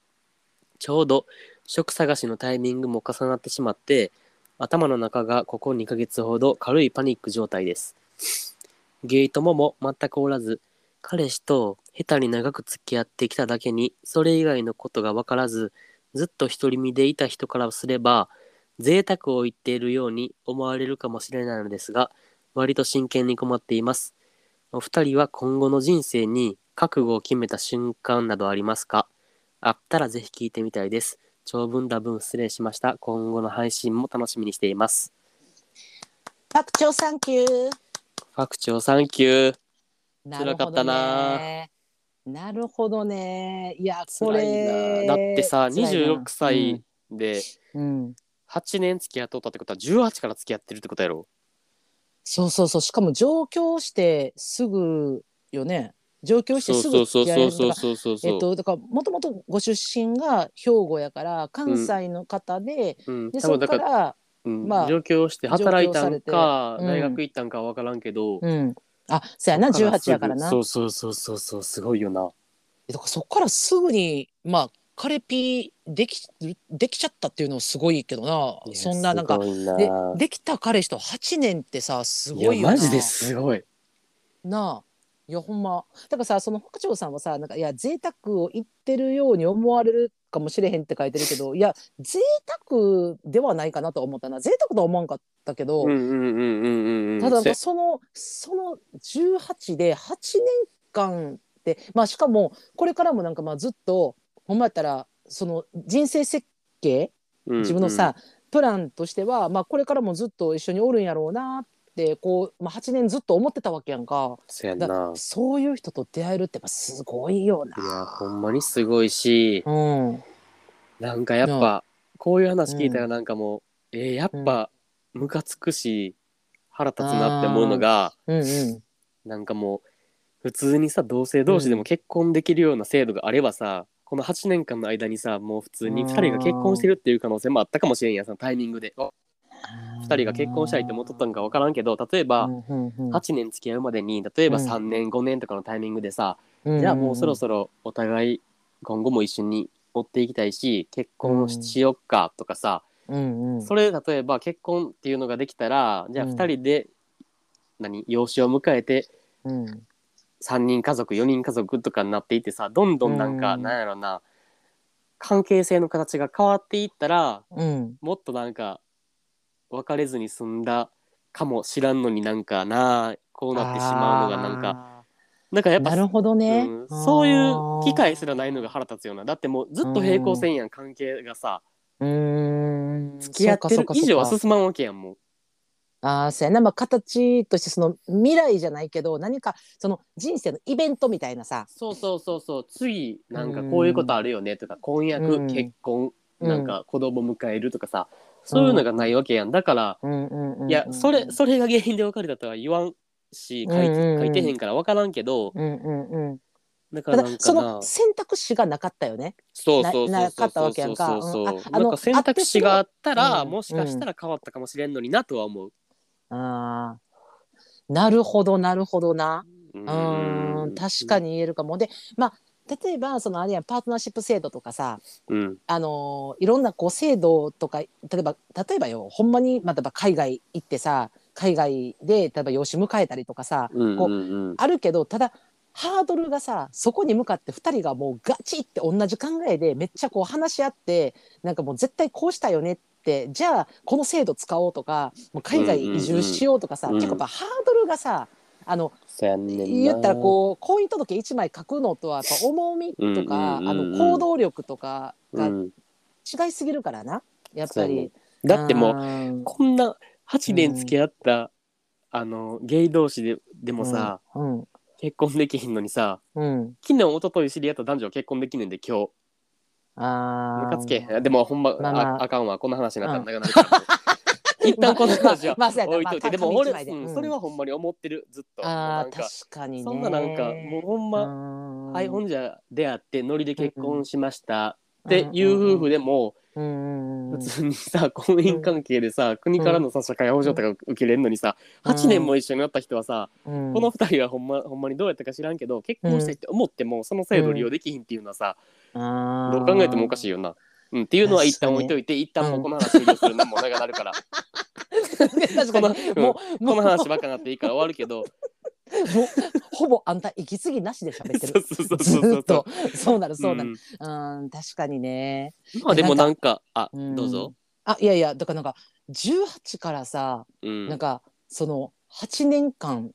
Speaker 1: ちょうど職探しのタイミングも重なってしまって頭の中がここ2ヶ月ほど軽いパニック状態ですゲイ友も全くおらず彼氏と下手に長く付き合ってきただけにそれ以外のことがわからずずっと独り身でいた人からすれば贅沢を言っているように思われるかもしれないのですが割と真剣に困っていますお二人は今後の人生に覚悟を決めた瞬間などありますかあったらぜひ聞いてみたいです。長文多分失礼しました。今後の配信も楽しみにしています。
Speaker 2: パクチョーサンキュー。
Speaker 1: ファクチョサンキュー。
Speaker 2: るほ
Speaker 1: 辛かっ
Speaker 2: どね
Speaker 1: たな。
Speaker 2: なるほどね。いや、こ
Speaker 1: 辛
Speaker 2: れ。
Speaker 1: いな。だってさ、
Speaker 2: 辛いな
Speaker 1: 26歳。で
Speaker 2: うん。うん
Speaker 1: 8年付き合っとったってことは18から付き合ってるってことやろ。
Speaker 2: そうそうそう、しかも上京してすぐよね。上京して
Speaker 1: そう
Speaker 2: すぐ
Speaker 1: そうそう
Speaker 2: 付き合え
Speaker 1: そ
Speaker 2: る
Speaker 1: うそうそ
Speaker 2: だから
Speaker 1: うそうそ
Speaker 2: えっ
Speaker 1: う。
Speaker 2: と、だから、もともとご出身が兵庫やから、関西の方で。
Speaker 1: うん、
Speaker 2: で、
Speaker 1: 多
Speaker 2: そ
Speaker 1: 分
Speaker 2: こ
Speaker 1: だ
Speaker 2: か
Speaker 1: から、
Speaker 2: ら。
Speaker 1: うん
Speaker 2: まあ
Speaker 1: 上京して働いたん
Speaker 2: 上京さ
Speaker 1: か、
Speaker 2: れてうん
Speaker 1: 大学行ったんかは分からんけど、
Speaker 2: うん。あ、そうやな、
Speaker 1: そ
Speaker 2: 18
Speaker 1: っすぐ
Speaker 2: やからな。
Speaker 1: そうそうそうそうそうすごいよな。
Speaker 2: だからそこからすぐにまあカレピできるできちゃったっていうのすごいけど
Speaker 1: い
Speaker 2: な
Speaker 1: や
Speaker 2: そんななんか
Speaker 1: すごいな
Speaker 2: でできた彼氏と8年ってさすごいよない
Speaker 1: やマジですごい。
Speaker 2: なあいやほんまだからさその北條さんはさなんかいや贅沢を言ってるように思われるかもしれへんって書いてるけどいや贅沢ではないかなと思ったな贅沢とは思わんかったけど、
Speaker 1: うんうんうんうんうんうん。
Speaker 2: ただまあ
Speaker 1: せ
Speaker 2: そのその18で8年間でまあしかもこれからもなんかまあずっとほんまやったらその人生設計
Speaker 1: うんうん
Speaker 2: 自分のさ、プランとしては、まあ、これからもずっと一緒におるんやろうなってこう、まあ、8年ずっと思ってたわけやんか
Speaker 1: せやん
Speaker 2: だ
Speaker 1: な。
Speaker 2: そういう人と出会えるってやっぱすごいよ
Speaker 1: いや
Speaker 2: な。
Speaker 1: ほんまにすごいし
Speaker 2: う、ん、
Speaker 1: なんかやっぱこういう話聞いたらなんかもう、えーやっぱムカつくし腹立つなって思うのが
Speaker 2: うんうん
Speaker 1: なんかもう普通にさ同性同士でも結婚できるような制度があればさ、この8年間の間にさもう普通に2人が結婚してるっていう可能性もあったかもしれんやんそのタイミングで2人が結婚したいって思っとったんか分からんけど例えば、8年付き合うまでに例えば
Speaker 2: うん
Speaker 1: 3年5年とかのタイミングでさ、じゃあもうそろそろお互い今後も一緒に追っていきたいし結婚ししよっかとかさ、
Speaker 2: ろ、うんうん、
Speaker 1: それ例えば結婚っていうのができたらじゃあ
Speaker 2: うん
Speaker 1: 2人で、何養子を迎えて
Speaker 2: うん
Speaker 1: 3人家族4人家族とかになっていってさどんどんなんか、
Speaker 2: うん
Speaker 1: なんやろな関係性の形が変わっていったら
Speaker 2: うん、
Speaker 1: もっとなんか別れずに済んだかもしらんのになんかなこうなってしまうのがなんか
Speaker 2: か
Speaker 1: なんかやっぱ
Speaker 2: なるほどね、
Speaker 1: うんそういう機会すらないのが腹立つようなだってもうずっと平行線やん関係がさ
Speaker 2: うーん
Speaker 1: 付き合ってる以上は
Speaker 2: そうかそうかそうか
Speaker 1: 進まんわけやんもう
Speaker 2: ああそうやなまあ形としてその未来じゃないけど何かその人生のイベントみたいなさ
Speaker 1: そうそうそうそう次なんかこういうことあるよねとか婚約、
Speaker 2: うん
Speaker 1: 結婚
Speaker 2: うん
Speaker 1: なんか子供迎えるとかさ、そういうのがないわけやんだから、
Speaker 2: うんうんうん
Speaker 1: いやそれそれが原因で別れたとは言わんし書い,、
Speaker 2: うんうんうん
Speaker 1: 書いてへんから分からんけど
Speaker 2: うんうんうん
Speaker 1: だか
Speaker 2: た
Speaker 1: ら
Speaker 2: だ
Speaker 1: なんか
Speaker 2: そ
Speaker 1: な
Speaker 2: の選択肢がなかったよね
Speaker 1: そうそうそう
Speaker 2: ななかった
Speaker 1: そ
Speaker 2: わ
Speaker 1: う
Speaker 2: けや
Speaker 1: そうん
Speaker 2: か
Speaker 1: そうそう
Speaker 2: うんああ
Speaker 1: な
Speaker 2: の
Speaker 1: んか選択肢があった
Speaker 2: あって
Speaker 1: ら
Speaker 2: しまう
Speaker 1: もしかしたら変わったかもしれんのになとは思う。
Speaker 2: あーなるほどなるほどな
Speaker 1: う
Speaker 2: うーん確かに言えるかもでまあ例えばそのあれやんパートナーシップ制度とかさ
Speaker 1: うん
Speaker 2: あのーいろんなこう制度とか例えば例えばよほんまにまた海外行ってさ海外で例えば養子迎えたりとかさ、
Speaker 1: うん
Speaker 2: こ
Speaker 1: う
Speaker 2: うん
Speaker 1: うん
Speaker 2: あるけどただハードルがさそこに向かって2人がもうガチって同じ考えでめっちゃこう話し合ってなんかもう絶対こうしたよねってじゃあこの制度使おうとかもう海外移住しようとか
Speaker 1: う
Speaker 2: さ、
Speaker 1: んうんうん
Speaker 2: 結構やっぱハードルがさあの
Speaker 1: そうやんねんな
Speaker 2: 言ったらこう婚姻届1枚書くのとはやっぱ重みとか、
Speaker 1: うんうんうんうん
Speaker 2: あの行動力とか
Speaker 1: う
Speaker 2: が
Speaker 1: ん
Speaker 2: 違いすぎるからなやっぱり。
Speaker 1: だってもう
Speaker 2: う
Speaker 1: こんな8年付き合った、あのゲイ同士ででもさ、、
Speaker 2: うん
Speaker 1: 結婚できひんのにさ
Speaker 2: うん、
Speaker 1: 昨日一昨日知り合った男女は結婚できんねんで今日
Speaker 2: あー
Speaker 1: ムカつけへんでもほんま、
Speaker 2: ま
Speaker 1: あ
Speaker 2: あまあ
Speaker 1: あかんわこの話になったら長くなるから、一旦この話は
Speaker 2: まあそうやな
Speaker 1: 置いといて、
Speaker 2: まあ
Speaker 1: でも俺、
Speaker 2: 紙一枚で
Speaker 1: うん
Speaker 2: うん
Speaker 1: それはほんまに思ってるずっとな
Speaker 2: あ
Speaker 1: ん
Speaker 2: ー
Speaker 1: か
Speaker 2: 確かにね。
Speaker 1: そんななんかもうほんま、
Speaker 2: ま
Speaker 1: はい、ほんじゃ出会ってノリで結婚しました、
Speaker 2: うん
Speaker 1: っていう夫婦でも、
Speaker 2: うんうんう
Speaker 1: 普
Speaker 2: ん
Speaker 1: 通にさ婚姻関係でさ、国からのさ社会保障とか受けれるのにさ、
Speaker 2: うん
Speaker 1: 8年も一緒になった人はさ、
Speaker 2: うん
Speaker 1: この2人はほん,、ま、 ほんまにどうやったか知らんけど結婚したいって思ってもその制度利用できひんっていうのはさ、
Speaker 2: あ
Speaker 1: どう考えてもおかしい
Speaker 2: い。
Speaker 1: よな。うん、っていうのは一旦置いといて一旦もうこの話終了するのも長なるから
Speaker 2: 確か
Speaker 1: こ
Speaker 2: に
Speaker 1: の
Speaker 2: もう、
Speaker 1: この
Speaker 2: もう
Speaker 1: 話ばっかなっていいから終わるけど
Speaker 2: もうほぼあんた息継ぎなしで喋って
Speaker 1: そう
Speaker 2: る。
Speaker 1: そうそう
Speaker 2: ず
Speaker 1: そう
Speaker 2: ーっとそうなる そうな
Speaker 1: う
Speaker 2: る。
Speaker 1: ん
Speaker 2: うん確かにね。
Speaker 1: まあでもなんかあ
Speaker 2: ん
Speaker 1: どうぞ。。
Speaker 2: あいやいやだからなんか18からさ
Speaker 1: うん
Speaker 2: なんかその8年間っ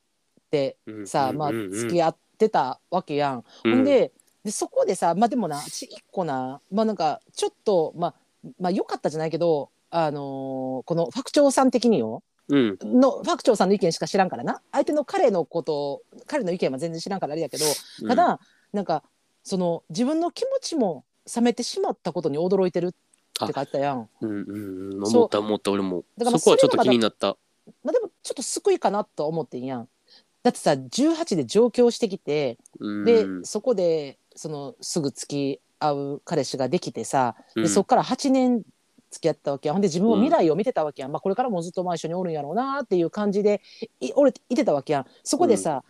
Speaker 2: て
Speaker 1: うん
Speaker 2: さ
Speaker 1: うん
Speaker 2: まあ
Speaker 1: うんうん
Speaker 2: 付き合ってたわけやん。
Speaker 1: うん
Speaker 2: ほんででそこでさまあでもな私一個なまあなんかちょっとまあまあ良かったじゃないけどあのーこのファクチョウさん的によ
Speaker 1: うん
Speaker 2: のファクチョウさんの意見しか知らんからな相手の彼のこと彼の意見は全然知らんからあれやけどただ、なんかその自分の気持ちも冷めてしまったことに驚いてるって書いてたやん
Speaker 1: うんうんうん、
Speaker 2: そう
Speaker 1: 思った思った俺も
Speaker 2: だから
Speaker 1: そこはちょっと
Speaker 2: それがまだ
Speaker 1: 気になった。
Speaker 2: まあでもちょっと救いかなとは思ってんやんだってさ18で上京してきて
Speaker 1: うん
Speaker 2: で、
Speaker 1: うん
Speaker 2: そこでそのすぐ付き合う彼氏ができてさ、でそっから8年付き合ったわけやほんで自分は未来を見てたわけやん、まあ、これからもずっとまあ一緒におるんやろうなっていう感じでいおれいてたわけやんそこでさ、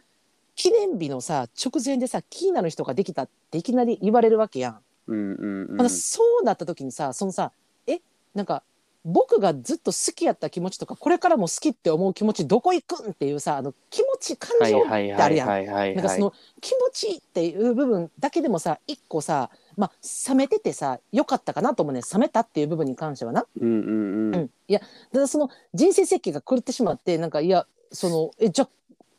Speaker 2: 記念日のさ直前でさ気になる人ができたっていきなり言われるわけやん、
Speaker 1: うんうんうん
Speaker 2: まだそうなった時にさそのさえなんか僕がずっと好きやった気持ちとかこれからも好きって思う気持ちどこ行くんっていうさあの気持ち感
Speaker 1: はい
Speaker 2: 情っ
Speaker 1: はい
Speaker 2: て
Speaker 1: は
Speaker 2: ある
Speaker 1: い
Speaker 2: やん
Speaker 1: はいはい
Speaker 2: なんか
Speaker 1: は
Speaker 2: そ
Speaker 1: い
Speaker 2: の気持ちっていう部分だけでもさ一個さ、まあ、冷めててさ良かったかなと思うね冷めたっていう部分に関してはな、
Speaker 1: うんうんうん
Speaker 2: う
Speaker 1: ん
Speaker 2: いやただその人生設計が狂ってしまってなんかいやそのえじゃ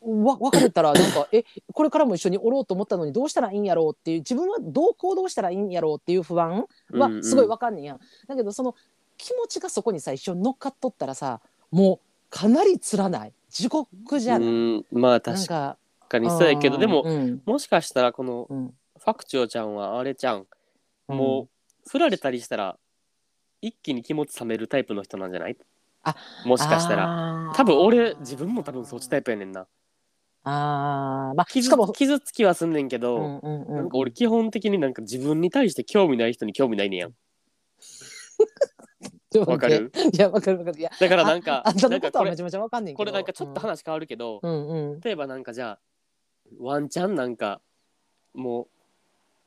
Speaker 2: わ別れたらなんかえこれからも一緒におろうと思ったのにどうしたらいいんやろうっていう自分はどう行動したらいいんやろうっていう不安は
Speaker 1: うんうん
Speaker 2: すごいわかんねんや、んだけどその気持ちがそこにさ一緒に乗っかっとったらさもうかなりつらない地獄じゃない、
Speaker 1: うんまあ
Speaker 2: なん
Speaker 1: 確
Speaker 2: か
Speaker 1: かにそうやけどでも
Speaker 2: うん
Speaker 1: もしかしたらこの
Speaker 2: うん
Speaker 1: ファクチョウちゃんはあれちゃん
Speaker 2: うん
Speaker 1: も振られたりしたら一気に気持ち冷めるタイプの人なんじゃない
Speaker 2: あ
Speaker 1: もしかしたら
Speaker 2: ら
Speaker 1: 多分俺自分も多分そっちタイプやねんな
Speaker 2: あーまあし
Speaker 1: 傷
Speaker 2: かも
Speaker 1: 傷つきはすんねんけ
Speaker 2: う
Speaker 1: ど、
Speaker 2: んうんう
Speaker 1: なん
Speaker 2: ん
Speaker 1: か俺基本的になんか自分に対して興味ない人に興味ないねんやん
Speaker 2: ちょっと
Speaker 1: わ
Speaker 2: 待
Speaker 1: か
Speaker 2: って
Speaker 1: る
Speaker 2: いやわかるわかるいや
Speaker 1: だからなんか
Speaker 2: あんた
Speaker 1: な
Speaker 2: の
Speaker 1: ん
Speaker 2: こ
Speaker 1: か
Speaker 2: とは
Speaker 1: こ
Speaker 2: め
Speaker 1: れ
Speaker 2: ちゃめちゃわかんねんけ
Speaker 1: こ
Speaker 2: ど
Speaker 1: れなんかちょっと話変わるけど、
Speaker 2: うんうんうん
Speaker 1: 例えばなんかじゃあワンチャンなんかもう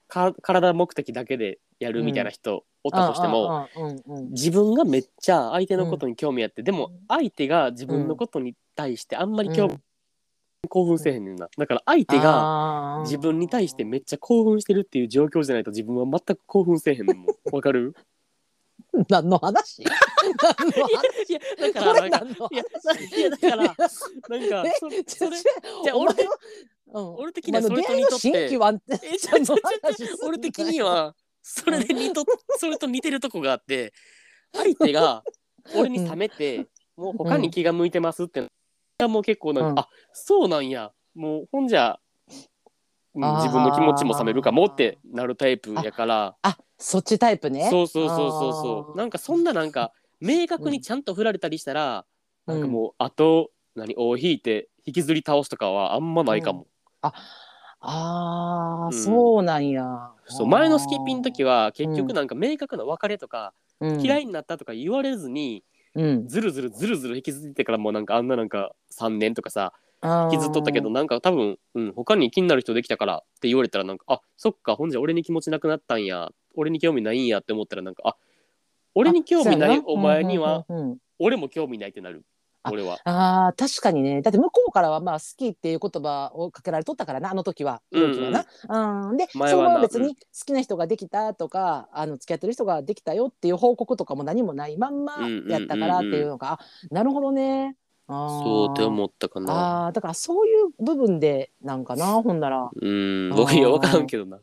Speaker 1: か体目的だけでやるみたいな人おったとしても、
Speaker 2: ああああうんうん
Speaker 1: 自分がめっちゃ相手のことに興味あって、でも相手が自分のことに対してあんまり興味、
Speaker 2: う
Speaker 1: 興奮せえへんねんなだから相手が
Speaker 2: が
Speaker 1: 自分に対してめっちゃ興奮してるっていう状況じゃないと自分は全く興奮せえへん ねんもんわかる
Speaker 2: 何 の話何の話
Speaker 1: いやだ
Speaker 2: これ
Speaker 1: なんか
Speaker 2: 何の
Speaker 1: いや
Speaker 2: 話
Speaker 1: いやだからなんか そそれ じゃあ俺
Speaker 2: 俺
Speaker 1: 俺的にはそれと似とって
Speaker 2: 新規は
Speaker 1: えちょちょちょ俺的にはそれで似とそれと似てるとこがあって相手が俺に冷めて、もう他に気が向いてますって、いやもう結構なんか、
Speaker 2: うん
Speaker 1: あそうなんやもうほんじゃうん
Speaker 2: あー
Speaker 1: 自分の気持ちも冷めるかもってなるタイプやから
Speaker 2: あそっちタイプね
Speaker 1: そうそうそうそうそうなんかそん
Speaker 2: な
Speaker 1: ななんか明確にちゃんと振られたりしたら、
Speaker 2: うん
Speaker 1: なんかもうあと何尾を引いて引きずり倒すとかはあんまないかも。
Speaker 2: あー、
Speaker 1: うん
Speaker 2: そうなんや
Speaker 1: そう前のスキッピーの時
Speaker 2: は、
Speaker 1: は結局なんか明確な別れとか、
Speaker 2: うん、
Speaker 1: 嫌
Speaker 2: い、
Speaker 1: いになったとか言われずに
Speaker 2: うん、
Speaker 1: ずるずるずるずる引きずってからもうなんかあんななんか3年とかさ
Speaker 2: あ
Speaker 1: 引
Speaker 2: ー
Speaker 1: きずっとったけどなんか多分、うん、他に気になる人できたからって言われたらなんかあそっかほんじゃ俺に気持ちなくなったんや俺に興味ないんやって思ったらなんかあ俺に興味な
Speaker 2: あ
Speaker 1: いお前には、
Speaker 2: そうやなうんうんうんうん
Speaker 1: 俺も興味ないってなる
Speaker 2: あ
Speaker 1: 俺は。
Speaker 2: あー確かにねだって向こうからはまあ好きっていう言葉をかけられとったからなあの時は
Speaker 1: うんうん
Speaker 2: 陽気はな、うんでそ
Speaker 1: 前はな
Speaker 2: のまま別
Speaker 1: う
Speaker 2: に
Speaker 1: ん
Speaker 2: 好きな人ができたとか、あの付き合ってる人ができたよっていう報告とかも何もないまんまやったからっていうのが、あなるほどねあー
Speaker 1: そうって思ったかな。
Speaker 2: あーだからそういう部分でなんかなほんなら
Speaker 1: うん
Speaker 2: あー
Speaker 1: 僕いや分からんけどな。
Speaker 2: う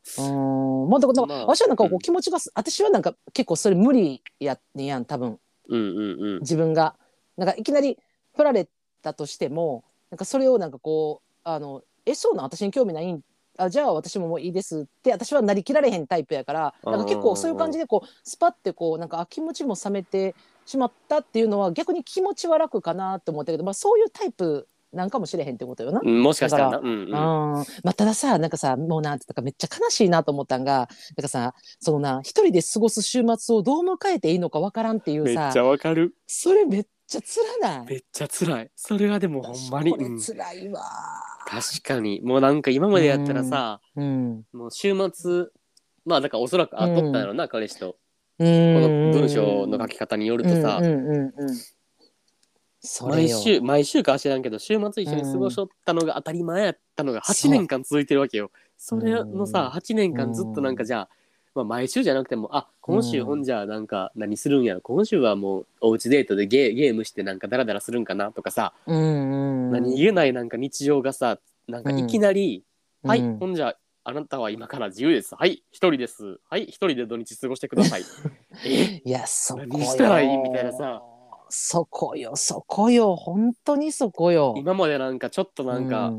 Speaker 2: んまあだからなんか
Speaker 1: まあ
Speaker 2: 私はなんかこ
Speaker 1: う
Speaker 2: うん気持ちがす、私はなんか結構それ無理やねやん多分
Speaker 1: うんうんうん。
Speaker 2: 自分がなんかいきなり振られたとしてもなんかそれをなんかこうあのえそうなん私に興味ないんあじゃあ私ももういいですって私はなりきられへんタイプやからなんか結構そういう感じでこうスパってこうなんかあ気持ちも冷めてしまったっていうのは逆に気持ちは楽かなと思ったけど、まあ、そういうタイプなんかもしれへんってことよな。
Speaker 1: うんもしかしたらな。
Speaker 2: だ
Speaker 1: うんうん。
Speaker 2: うんまあ、たださなんかさもうなんていうかめっちゃ悲しいなと思ったんがなんかさそのな一人で過ごす週末をどう迎えていいのかわからんっていう
Speaker 1: めっち
Speaker 2: さ
Speaker 1: ゃわかる。
Speaker 2: それめっちゃつらない
Speaker 1: めっちゃ辛い。それはでもほんまに。
Speaker 2: これ
Speaker 1: うん
Speaker 2: つらいわ、
Speaker 1: 確かにもうなんか今までやったらさ、
Speaker 2: うん
Speaker 1: もう週末まあだからおそらくあ
Speaker 2: うん
Speaker 1: っとったんやろな、彼氏と
Speaker 2: こ
Speaker 1: この
Speaker 2: の
Speaker 1: 文章の書き方によるとさ、
Speaker 2: うんうんうんうん、それ
Speaker 1: 毎
Speaker 2: よ
Speaker 1: 週毎週かは知らんけど週末一緒に過ごしとったのが当たり前やったのが8年間続いてるわけよそれのさ8年間ずっとなんかじゃあ、まあ、毎週じゃなくてもあ今週ほんじゃあなんか何するんやろ今週はもうおうちデートでゲーゲームしてなんかダラダラするんかなとかさ、
Speaker 2: うんうん、
Speaker 1: 何言えないなんか日常がさなんかいきなり、はい、
Speaker 2: うん
Speaker 1: ほんじゃあなたは今から自由です。はい、一人です。はい、一人で土日過ごしてくだ さい。え
Speaker 2: いやそこよ
Speaker 1: 何したらいいみたいなさ
Speaker 2: そこよそこよ本当にそこよ
Speaker 1: 今までなんかちょっとなんか、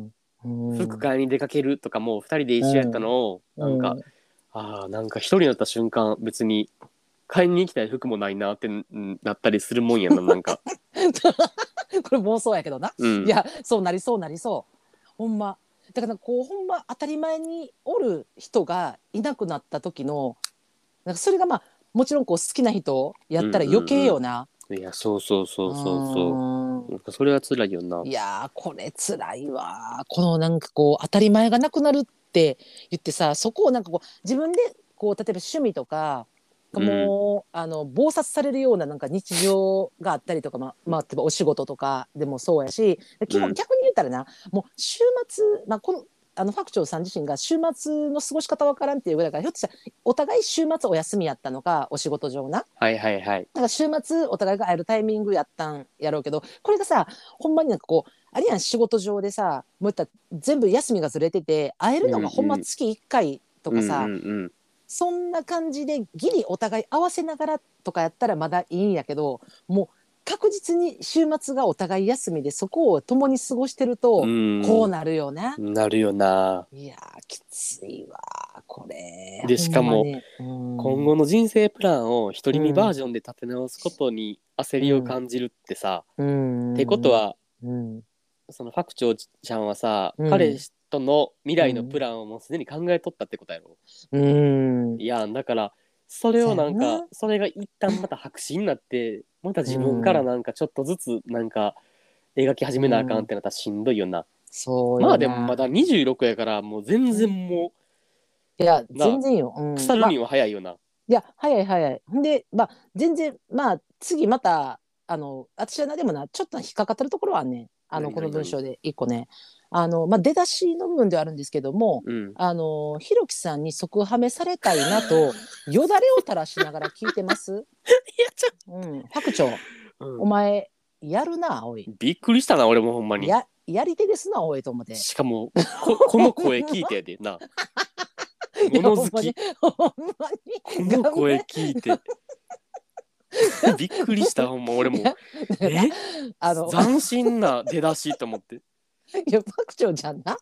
Speaker 2: うん、
Speaker 1: 服買いに出かけるとかもう二人で一緒やったのを、なんか、ああなんか一人になった瞬間別に買いに行きたい服もないなってんなったりするもんや ななんか、
Speaker 2: これ妄想やけどな、
Speaker 1: うん、
Speaker 2: いやそうなりそうなりそうほんまだからこうほんま当たり前におる人がいなくなった時のなんかそれがまあもちろんこう好きな人やったら余計よな、
Speaker 1: いやそうそうそうそうそう
Speaker 2: そ
Speaker 1: なんかそれは辛いよない
Speaker 2: やーこれ辛いわーこのなんかこう当たり前がなくなるって言ってさそこをなんかこう自分でこう例えば趣味とかもう、あの暴殺されるようななんか日常があったりとか、まあまあ、例えばお仕事とかでもそうやし基本、
Speaker 1: うん
Speaker 2: 逆に言ったらなもう週末、まあ、このあのファクチョーさん自身が週末の過ごし方わからんっていうぐらいからひょっとしたらお互い週末お休みやったのかお仕事上な。
Speaker 1: はいはいはい
Speaker 2: なんか週末お互いが会えるタイミングやったんやろうけどこれがさほんまになんかこうあれやん仕事上でさもう言ったら全部休みがずれてて会えるのがほんま月1回とかさ、
Speaker 1: うんうんうん
Speaker 2: そんな感じでギリお互い合わせながらとかやったらまだいいんやけどもう確実に週末がお互い休みでそこを共に過ごしてると
Speaker 1: うん
Speaker 2: こうなるよね。
Speaker 1: なるよない
Speaker 2: やーきついわーやこれ
Speaker 1: でしかも今
Speaker 2: 今
Speaker 1: 後の人生プランを独り身バージョンで立て直すことに焦りを感じるってさ、ってこと、は
Speaker 2: うん
Speaker 1: そのファクチョウちゃんはさ、
Speaker 2: うん
Speaker 1: 彼氏との未来のプランをもうすでに考えとったってことやろ、
Speaker 2: うん
Speaker 1: いやだからそれをなん
Speaker 2: そうや
Speaker 1: か
Speaker 2: な
Speaker 1: それが一旦また白紙になってまた自分からなんかちょっとずつなんか描き始めなあかんってなったらしんどいよな、
Speaker 2: そう
Speaker 1: ま
Speaker 2: よ
Speaker 1: あ
Speaker 2: な
Speaker 1: でもまだ26やからもう全然も
Speaker 2: いや
Speaker 1: な
Speaker 2: 全然よ、うん
Speaker 1: う腐る
Speaker 2: まあ
Speaker 1: には早いよな、
Speaker 2: いや早い早いほんでまあ全然まあ次またあの私はなでもなちょっと引っかかってるところはねあの
Speaker 1: 何
Speaker 2: この
Speaker 1: 何
Speaker 2: 文章で一個ねあの、まあ、出だしの部分ではあるんですけども
Speaker 1: うん
Speaker 2: あのひろきさんに即ハメされたいな とよだれを垂らしながら聞いてます。
Speaker 1: いやちょ
Speaker 2: うん、白鳥
Speaker 1: うん
Speaker 2: お前やるなおい
Speaker 1: びっくりしたな俺もほんまに
Speaker 2: ややり手ですなおいと思って。
Speaker 1: しかもこ この声聞いてやでな物好き
Speaker 2: いや ほんま
Speaker 1: こ
Speaker 2: に ほんまに
Speaker 1: の声聞いてびっくりしたほんま俺も
Speaker 2: いや
Speaker 1: え
Speaker 2: あの
Speaker 1: 斬新な出だしと思って
Speaker 2: いや、パクチョじゃんな。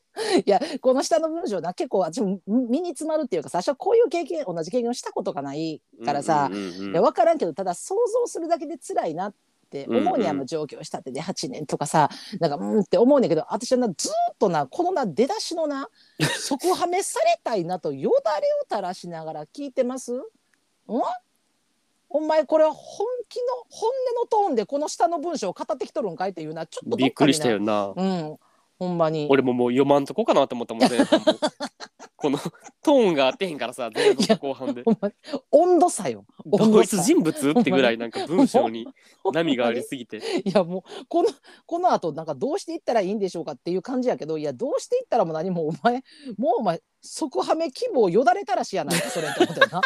Speaker 2: いや、この下の文章な、結構、私も身に詰まるっていうか、最初はこういう経験、同じ経験をしたことがない からさ
Speaker 1: う。んうんうんうん
Speaker 2: いや、わからんけど、ただ想像するだけで辛いなって思うに、
Speaker 1: うんうん
Speaker 2: あの上京したってで、8年とかさ。なんか、うんって思うねんだけど、私はな、ずーっとな、このな、出だし のな。即はめされたいなと、よだれを垂らしながら聞いてます。ん。お前これは本気の本音のトーンでこの下の文章を語ってきとるんかいっていうなちょっとどっかにな
Speaker 1: びっくりしたよな
Speaker 2: うん、ほんまに。
Speaker 1: 俺ももう読まんとこかなと思っ たもんねこのトーンが合ってへんからさ前半と後半で
Speaker 2: ほんまに温度差よ。
Speaker 1: 同一人物ってぐらいなんか文章に波があり
Speaker 2: ほ
Speaker 1: すぎて
Speaker 2: んまにいやもうこのこの後なんかどうしていったらいいんでしょうかっていう感じやけどいやどうしていったらもう何もお前もうお前即ハメ希望よだれたらしやないかそれってことやな。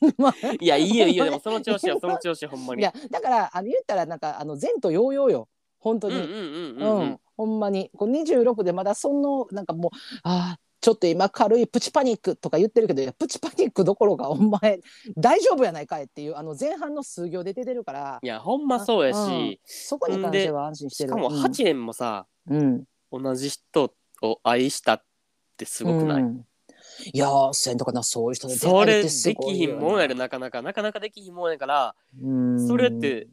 Speaker 2: ほんま
Speaker 1: いやいいよいいよでもその調子よその調子よほんま
Speaker 2: い
Speaker 1: に
Speaker 2: やだからあの言ったらなんかあの前途洋々よ本当
Speaker 1: うんうん
Speaker 2: に。
Speaker 1: うんう
Speaker 2: う
Speaker 1: ん
Speaker 2: ん、
Speaker 1: うん
Speaker 2: ほんまにこう26でまだそのなんかもうあーちょっと今軽いプチパニックとか言ってるけどいやプチパニックどころかお前大丈夫やないかいっていうあの前半の数行で出てるから
Speaker 1: いやほんまそうやし
Speaker 2: そこに関しては安心して
Speaker 1: し
Speaker 2: る
Speaker 1: かも
Speaker 2: うん
Speaker 1: 8年もさ
Speaker 2: うん
Speaker 1: 同じ人を愛したってすごくない、
Speaker 2: うんいやーせんとかなそういう人出
Speaker 1: そ
Speaker 2: 会え
Speaker 1: れ
Speaker 2: て
Speaker 1: ですき
Speaker 2: ごい
Speaker 1: ひ
Speaker 2: よ
Speaker 1: んもんやでなかなかなかなかできひんもんやから
Speaker 2: うん
Speaker 1: それって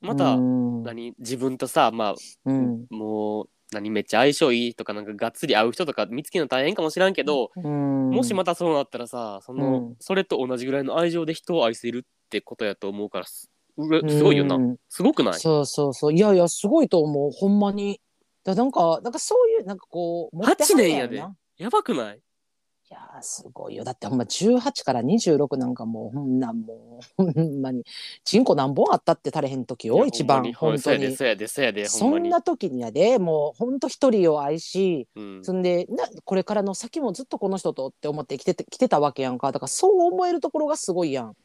Speaker 1: また
Speaker 2: うん
Speaker 1: 何自分とさまあ
Speaker 2: うん
Speaker 1: もう何めっちゃ相性いいとかなんかがっつり会う人とか見つけるの大変かもしらんけど、も
Speaker 2: も
Speaker 1: しまたそうなったらさその、
Speaker 2: うん
Speaker 1: それと同じぐらいの愛情で人を愛せるってことやと思うからすうらすごいよな、すごくない
Speaker 2: そうそうそういやいやすごいと思うほんまにだなんかなんかそういうなんかこう持ってはんね
Speaker 1: 八年
Speaker 2: な
Speaker 1: ややばくない
Speaker 2: いやーすごいよだってほんま18から26なんかもうほんなんもうほんまにチンコ何本あったって足れへん時
Speaker 1: い
Speaker 2: よ
Speaker 1: や
Speaker 2: 一
Speaker 1: ほ
Speaker 2: 番
Speaker 1: んま
Speaker 2: 本
Speaker 1: にほんま
Speaker 2: 当
Speaker 1: に
Speaker 2: に
Speaker 1: そうやでそうやでそう
Speaker 2: そ
Speaker 1: やでほんま
Speaker 2: ん
Speaker 1: に
Speaker 2: な時にやでもうほんと一人を愛し
Speaker 1: うん
Speaker 2: そんでなこれからの先もずっとこの人とって思って生きてて来てたわけやんかだからそう思えるところがすごいやん。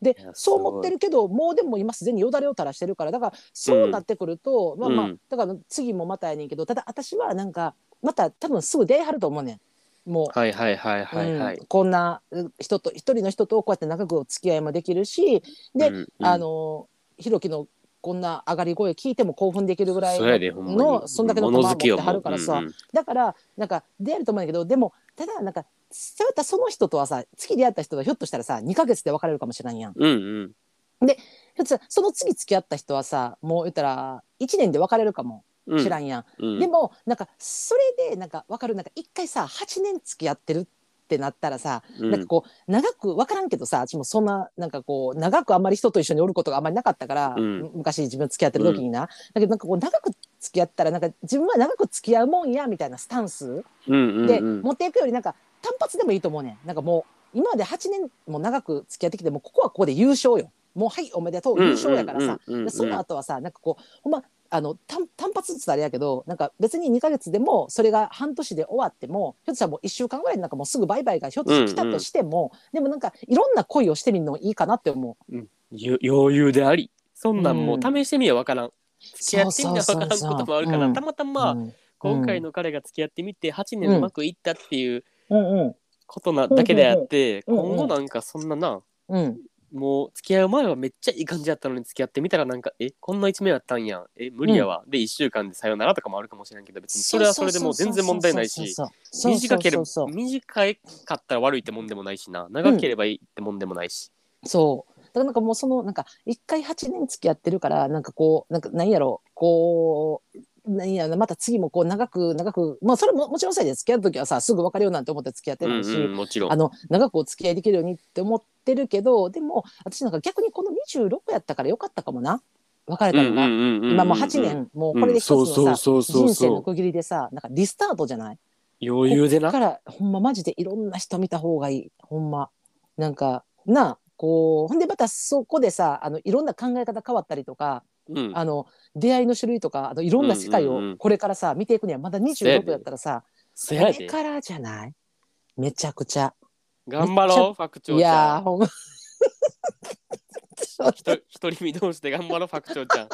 Speaker 2: で
Speaker 1: いや
Speaker 2: そう思ってるけどもうでも今すでによだれを垂らしてるからだからそうなってくると、まあまあ
Speaker 1: うん
Speaker 2: だから次もまたやねんけどただ私はなんかまた多分すぐ出会いはると思うねん。もう
Speaker 1: はいはいはいはいはい、
Speaker 2: うん、こんなう人と一人の人とこうやって長くお付き合いもできるし、で
Speaker 1: うんうん
Speaker 2: あのひろきのこんな上がり声聞いても興奮できるぐらい
Speaker 1: そうやでほんまに
Speaker 2: のそんだけの
Speaker 1: 物
Speaker 2: 玉
Speaker 1: 好
Speaker 2: を
Speaker 1: き
Speaker 2: 持
Speaker 1: よ
Speaker 2: ってはるからさ、
Speaker 1: もううん
Speaker 2: だからなんか出会えると思うんだけどでもただなんかそういったその人とはさ次出会った人はひょっとしたらさ2ヶ月で別れるかもしれんやん。ひ
Speaker 1: うんうん
Speaker 2: ょっとしたらその次付き合った人はさもう言ったら1年で別れるかも
Speaker 1: うん
Speaker 2: しらんやん。
Speaker 1: うん
Speaker 2: でもなんかそれでなんか分かるなんか一回さ8年付き合ってるってなったらさ、
Speaker 1: うん
Speaker 2: なんかこう長く分からんけどさ私もそんななんかこう長くあんまり人と一緒におることがあんまりなかったから、
Speaker 1: うん
Speaker 2: む昔自分付き合ってる時にな、だけどなんかこう長く付き合ったらなんか自分は長く付き合うもんやみたいなスタンス
Speaker 1: うんうんうん
Speaker 2: で持っていくよりなんか単発でもいいと思うねんなんかもう今まで8年も長く付き合ってきてもうここはここで優勝よもうはいおめでとう優勝やからさ、
Speaker 1: うんうんうんうん
Speaker 2: でその後はさなんかこうほんまあの単単発ずつあれやけどなんか別に2ヶ月でもそれが半年で終わってもひょっとしたらもう1週間ぐらいでなんかもうすぐバイバイがひょっとして来たとしても、でもなんかいろんな恋をしてみるのいいかなって思う。
Speaker 1: よ余裕でありそんなんもう試してみやわからん、付き合ってみなわからん
Speaker 2: そうそうそうそう
Speaker 1: こともあるから
Speaker 2: うん
Speaker 1: たまたま、
Speaker 2: うん
Speaker 1: 今回の彼が付き合ってみて8年うまくいったっていう
Speaker 2: うんうん
Speaker 1: ことなだけであって、
Speaker 2: うんうん
Speaker 1: 今後なんかそんなな
Speaker 2: うん
Speaker 1: もう付き合う前はめっちゃいい感じだったのに付き合ってみたらなんかえこんな一面あったんやんえ無理やわ、で1週間でさよならとかもあるかもしれんけど別にそれはそれでもう全然問題ないし
Speaker 2: そうそうそうそう
Speaker 1: 短ければ
Speaker 2: そうそうそう
Speaker 1: 短かったら悪いってもんでもないしな長ければいいってもんでもないし、
Speaker 2: そうだからなんかもうそのなんか一回8年付き合ってるからなんかこうなんか何やろうこう何やろなまた次もこう長く長くまあそれももちろんさ付き合う時はさすぐ別れようなんて思って付き合って
Speaker 1: うん
Speaker 2: ないし、
Speaker 1: うん、もちろん
Speaker 2: あの長くお付き合いできるようにって思ってるけどでも私なんか逆にこの26やったからよかったかもな別れたのが、今
Speaker 1: 今
Speaker 2: もう8年、もうこれで一つのさ、
Speaker 1: うんそうそうそうそう
Speaker 2: 人生の区切りでさなんかリスタートじゃない
Speaker 1: 余裕で
Speaker 2: だ
Speaker 1: な
Speaker 2: からほんまマジでいろんな人見た方がいいほんまなんかなあこうほんでまたそこでさあのいろんな考え方変わったりとか、
Speaker 1: うん
Speaker 2: あの出会いの種類とかあのいろんな世界
Speaker 1: うんうんう
Speaker 2: を
Speaker 1: ん
Speaker 2: これからさ見ていくにはまだ
Speaker 1: そうやで
Speaker 2: 26だったらさ
Speaker 1: そ
Speaker 2: こ
Speaker 1: や
Speaker 2: れ
Speaker 1: で
Speaker 2: からじゃないめちゃくちゃ
Speaker 1: 頑張ろうファクチョ
Speaker 2: い
Speaker 1: ウち
Speaker 2: やー
Speaker 1: ゃん
Speaker 2: ほ んまちょっ
Speaker 1: ひと一人見同士で頑張ろうファクチョウちゃん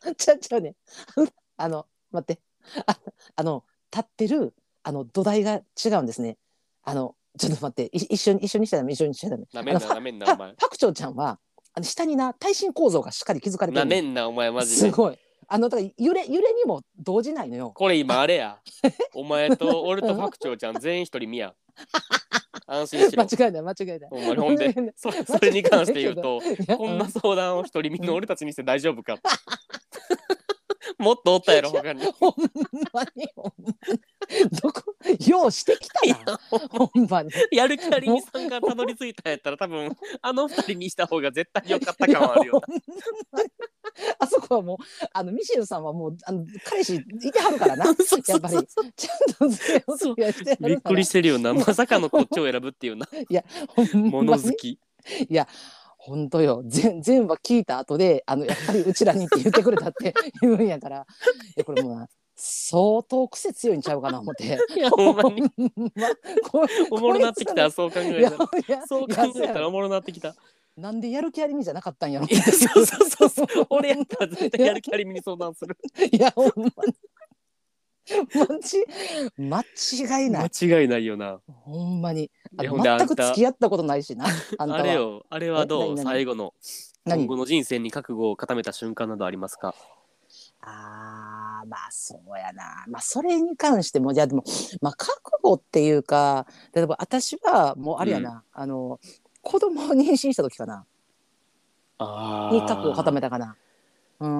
Speaker 2: と ちゃうちゃうね あの待ってああの立ってるあの土台が違うんですねあのちょっと待ってい一緒に一緒にしちゃダメ一緒にしちゃダメ
Speaker 1: な めんな
Speaker 2: あの
Speaker 1: なめんな
Speaker 2: パ
Speaker 1: お前
Speaker 2: パクチョウちゃんはあの下にな耐震構造がしっかり築かれて
Speaker 1: な
Speaker 2: る
Speaker 1: め
Speaker 2: の
Speaker 1: んなお前マジ
Speaker 2: す
Speaker 1: で
Speaker 2: ごいあのだから揺れ揺れにも動じないのよ
Speaker 1: これ今あれやお前 と俺とファクチョウちゃん全員一人見や安心し
Speaker 2: 間
Speaker 1: ろ
Speaker 2: 違い ない間違いない
Speaker 1: お前ほんでそれ それに関して言うとこんな相談を一人身の俺たちにして大丈 夫かもっとおったやろ他に
Speaker 2: ほんまにほんまにどこようしてきたなほんまに
Speaker 1: やる気ありみさんがたどり着いたんやったら多分 あの二人にした方が絶対良かった感はあるよ
Speaker 2: いやほんまにあそこはもうあのミシェルさんはもうあの彼氏いてはるからな
Speaker 1: そう
Speaker 2: やっぱりちゃんと付き合いを付き合いしてはるから
Speaker 1: びっくりしてるよなまさかのこっちを選ぶっていうな
Speaker 2: ほんまに
Speaker 1: 物好き
Speaker 2: いや本当よ全全話聞いた後であのやっぱりうちらにって言ってくれたって 言うんやからいやこれもうな相当癖強いんちゃうかな思って
Speaker 1: いやほんまに
Speaker 2: ほんまこ う
Speaker 1: おもろなってきたそう考
Speaker 2: い
Speaker 1: え
Speaker 2: や
Speaker 1: たら
Speaker 2: いや
Speaker 1: そう考えた
Speaker 2: い
Speaker 1: ら
Speaker 2: や
Speaker 1: おもろなってきた
Speaker 2: なんでやる気ありみじゃなかったんやろ
Speaker 1: いやそうそうそうそう俺やったら絶対やる気ありみに相談する
Speaker 2: いやほんまに間違いない
Speaker 1: 間違いないよな
Speaker 2: ほんまにあ
Speaker 1: いや
Speaker 2: の
Speaker 1: ほんであん
Speaker 2: 全
Speaker 1: た
Speaker 2: く付き合ったことないしなあんた
Speaker 1: あれ
Speaker 2: は
Speaker 1: よあれはど
Speaker 2: え何
Speaker 1: う
Speaker 2: 何
Speaker 1: 最後の今
Speaker 2: 何
Speaker 1: 後の人生に覚悟を固めた瞬間などありますか
Speaker 2: あーまあそうやなまあそれに関してもじゃあでもまあ覚悟っていうか例えば私はもうあれやな、あの子供を妊娠した時かな
Speaker 1: あ
Speaker 2: に覚悟を固めたかなうん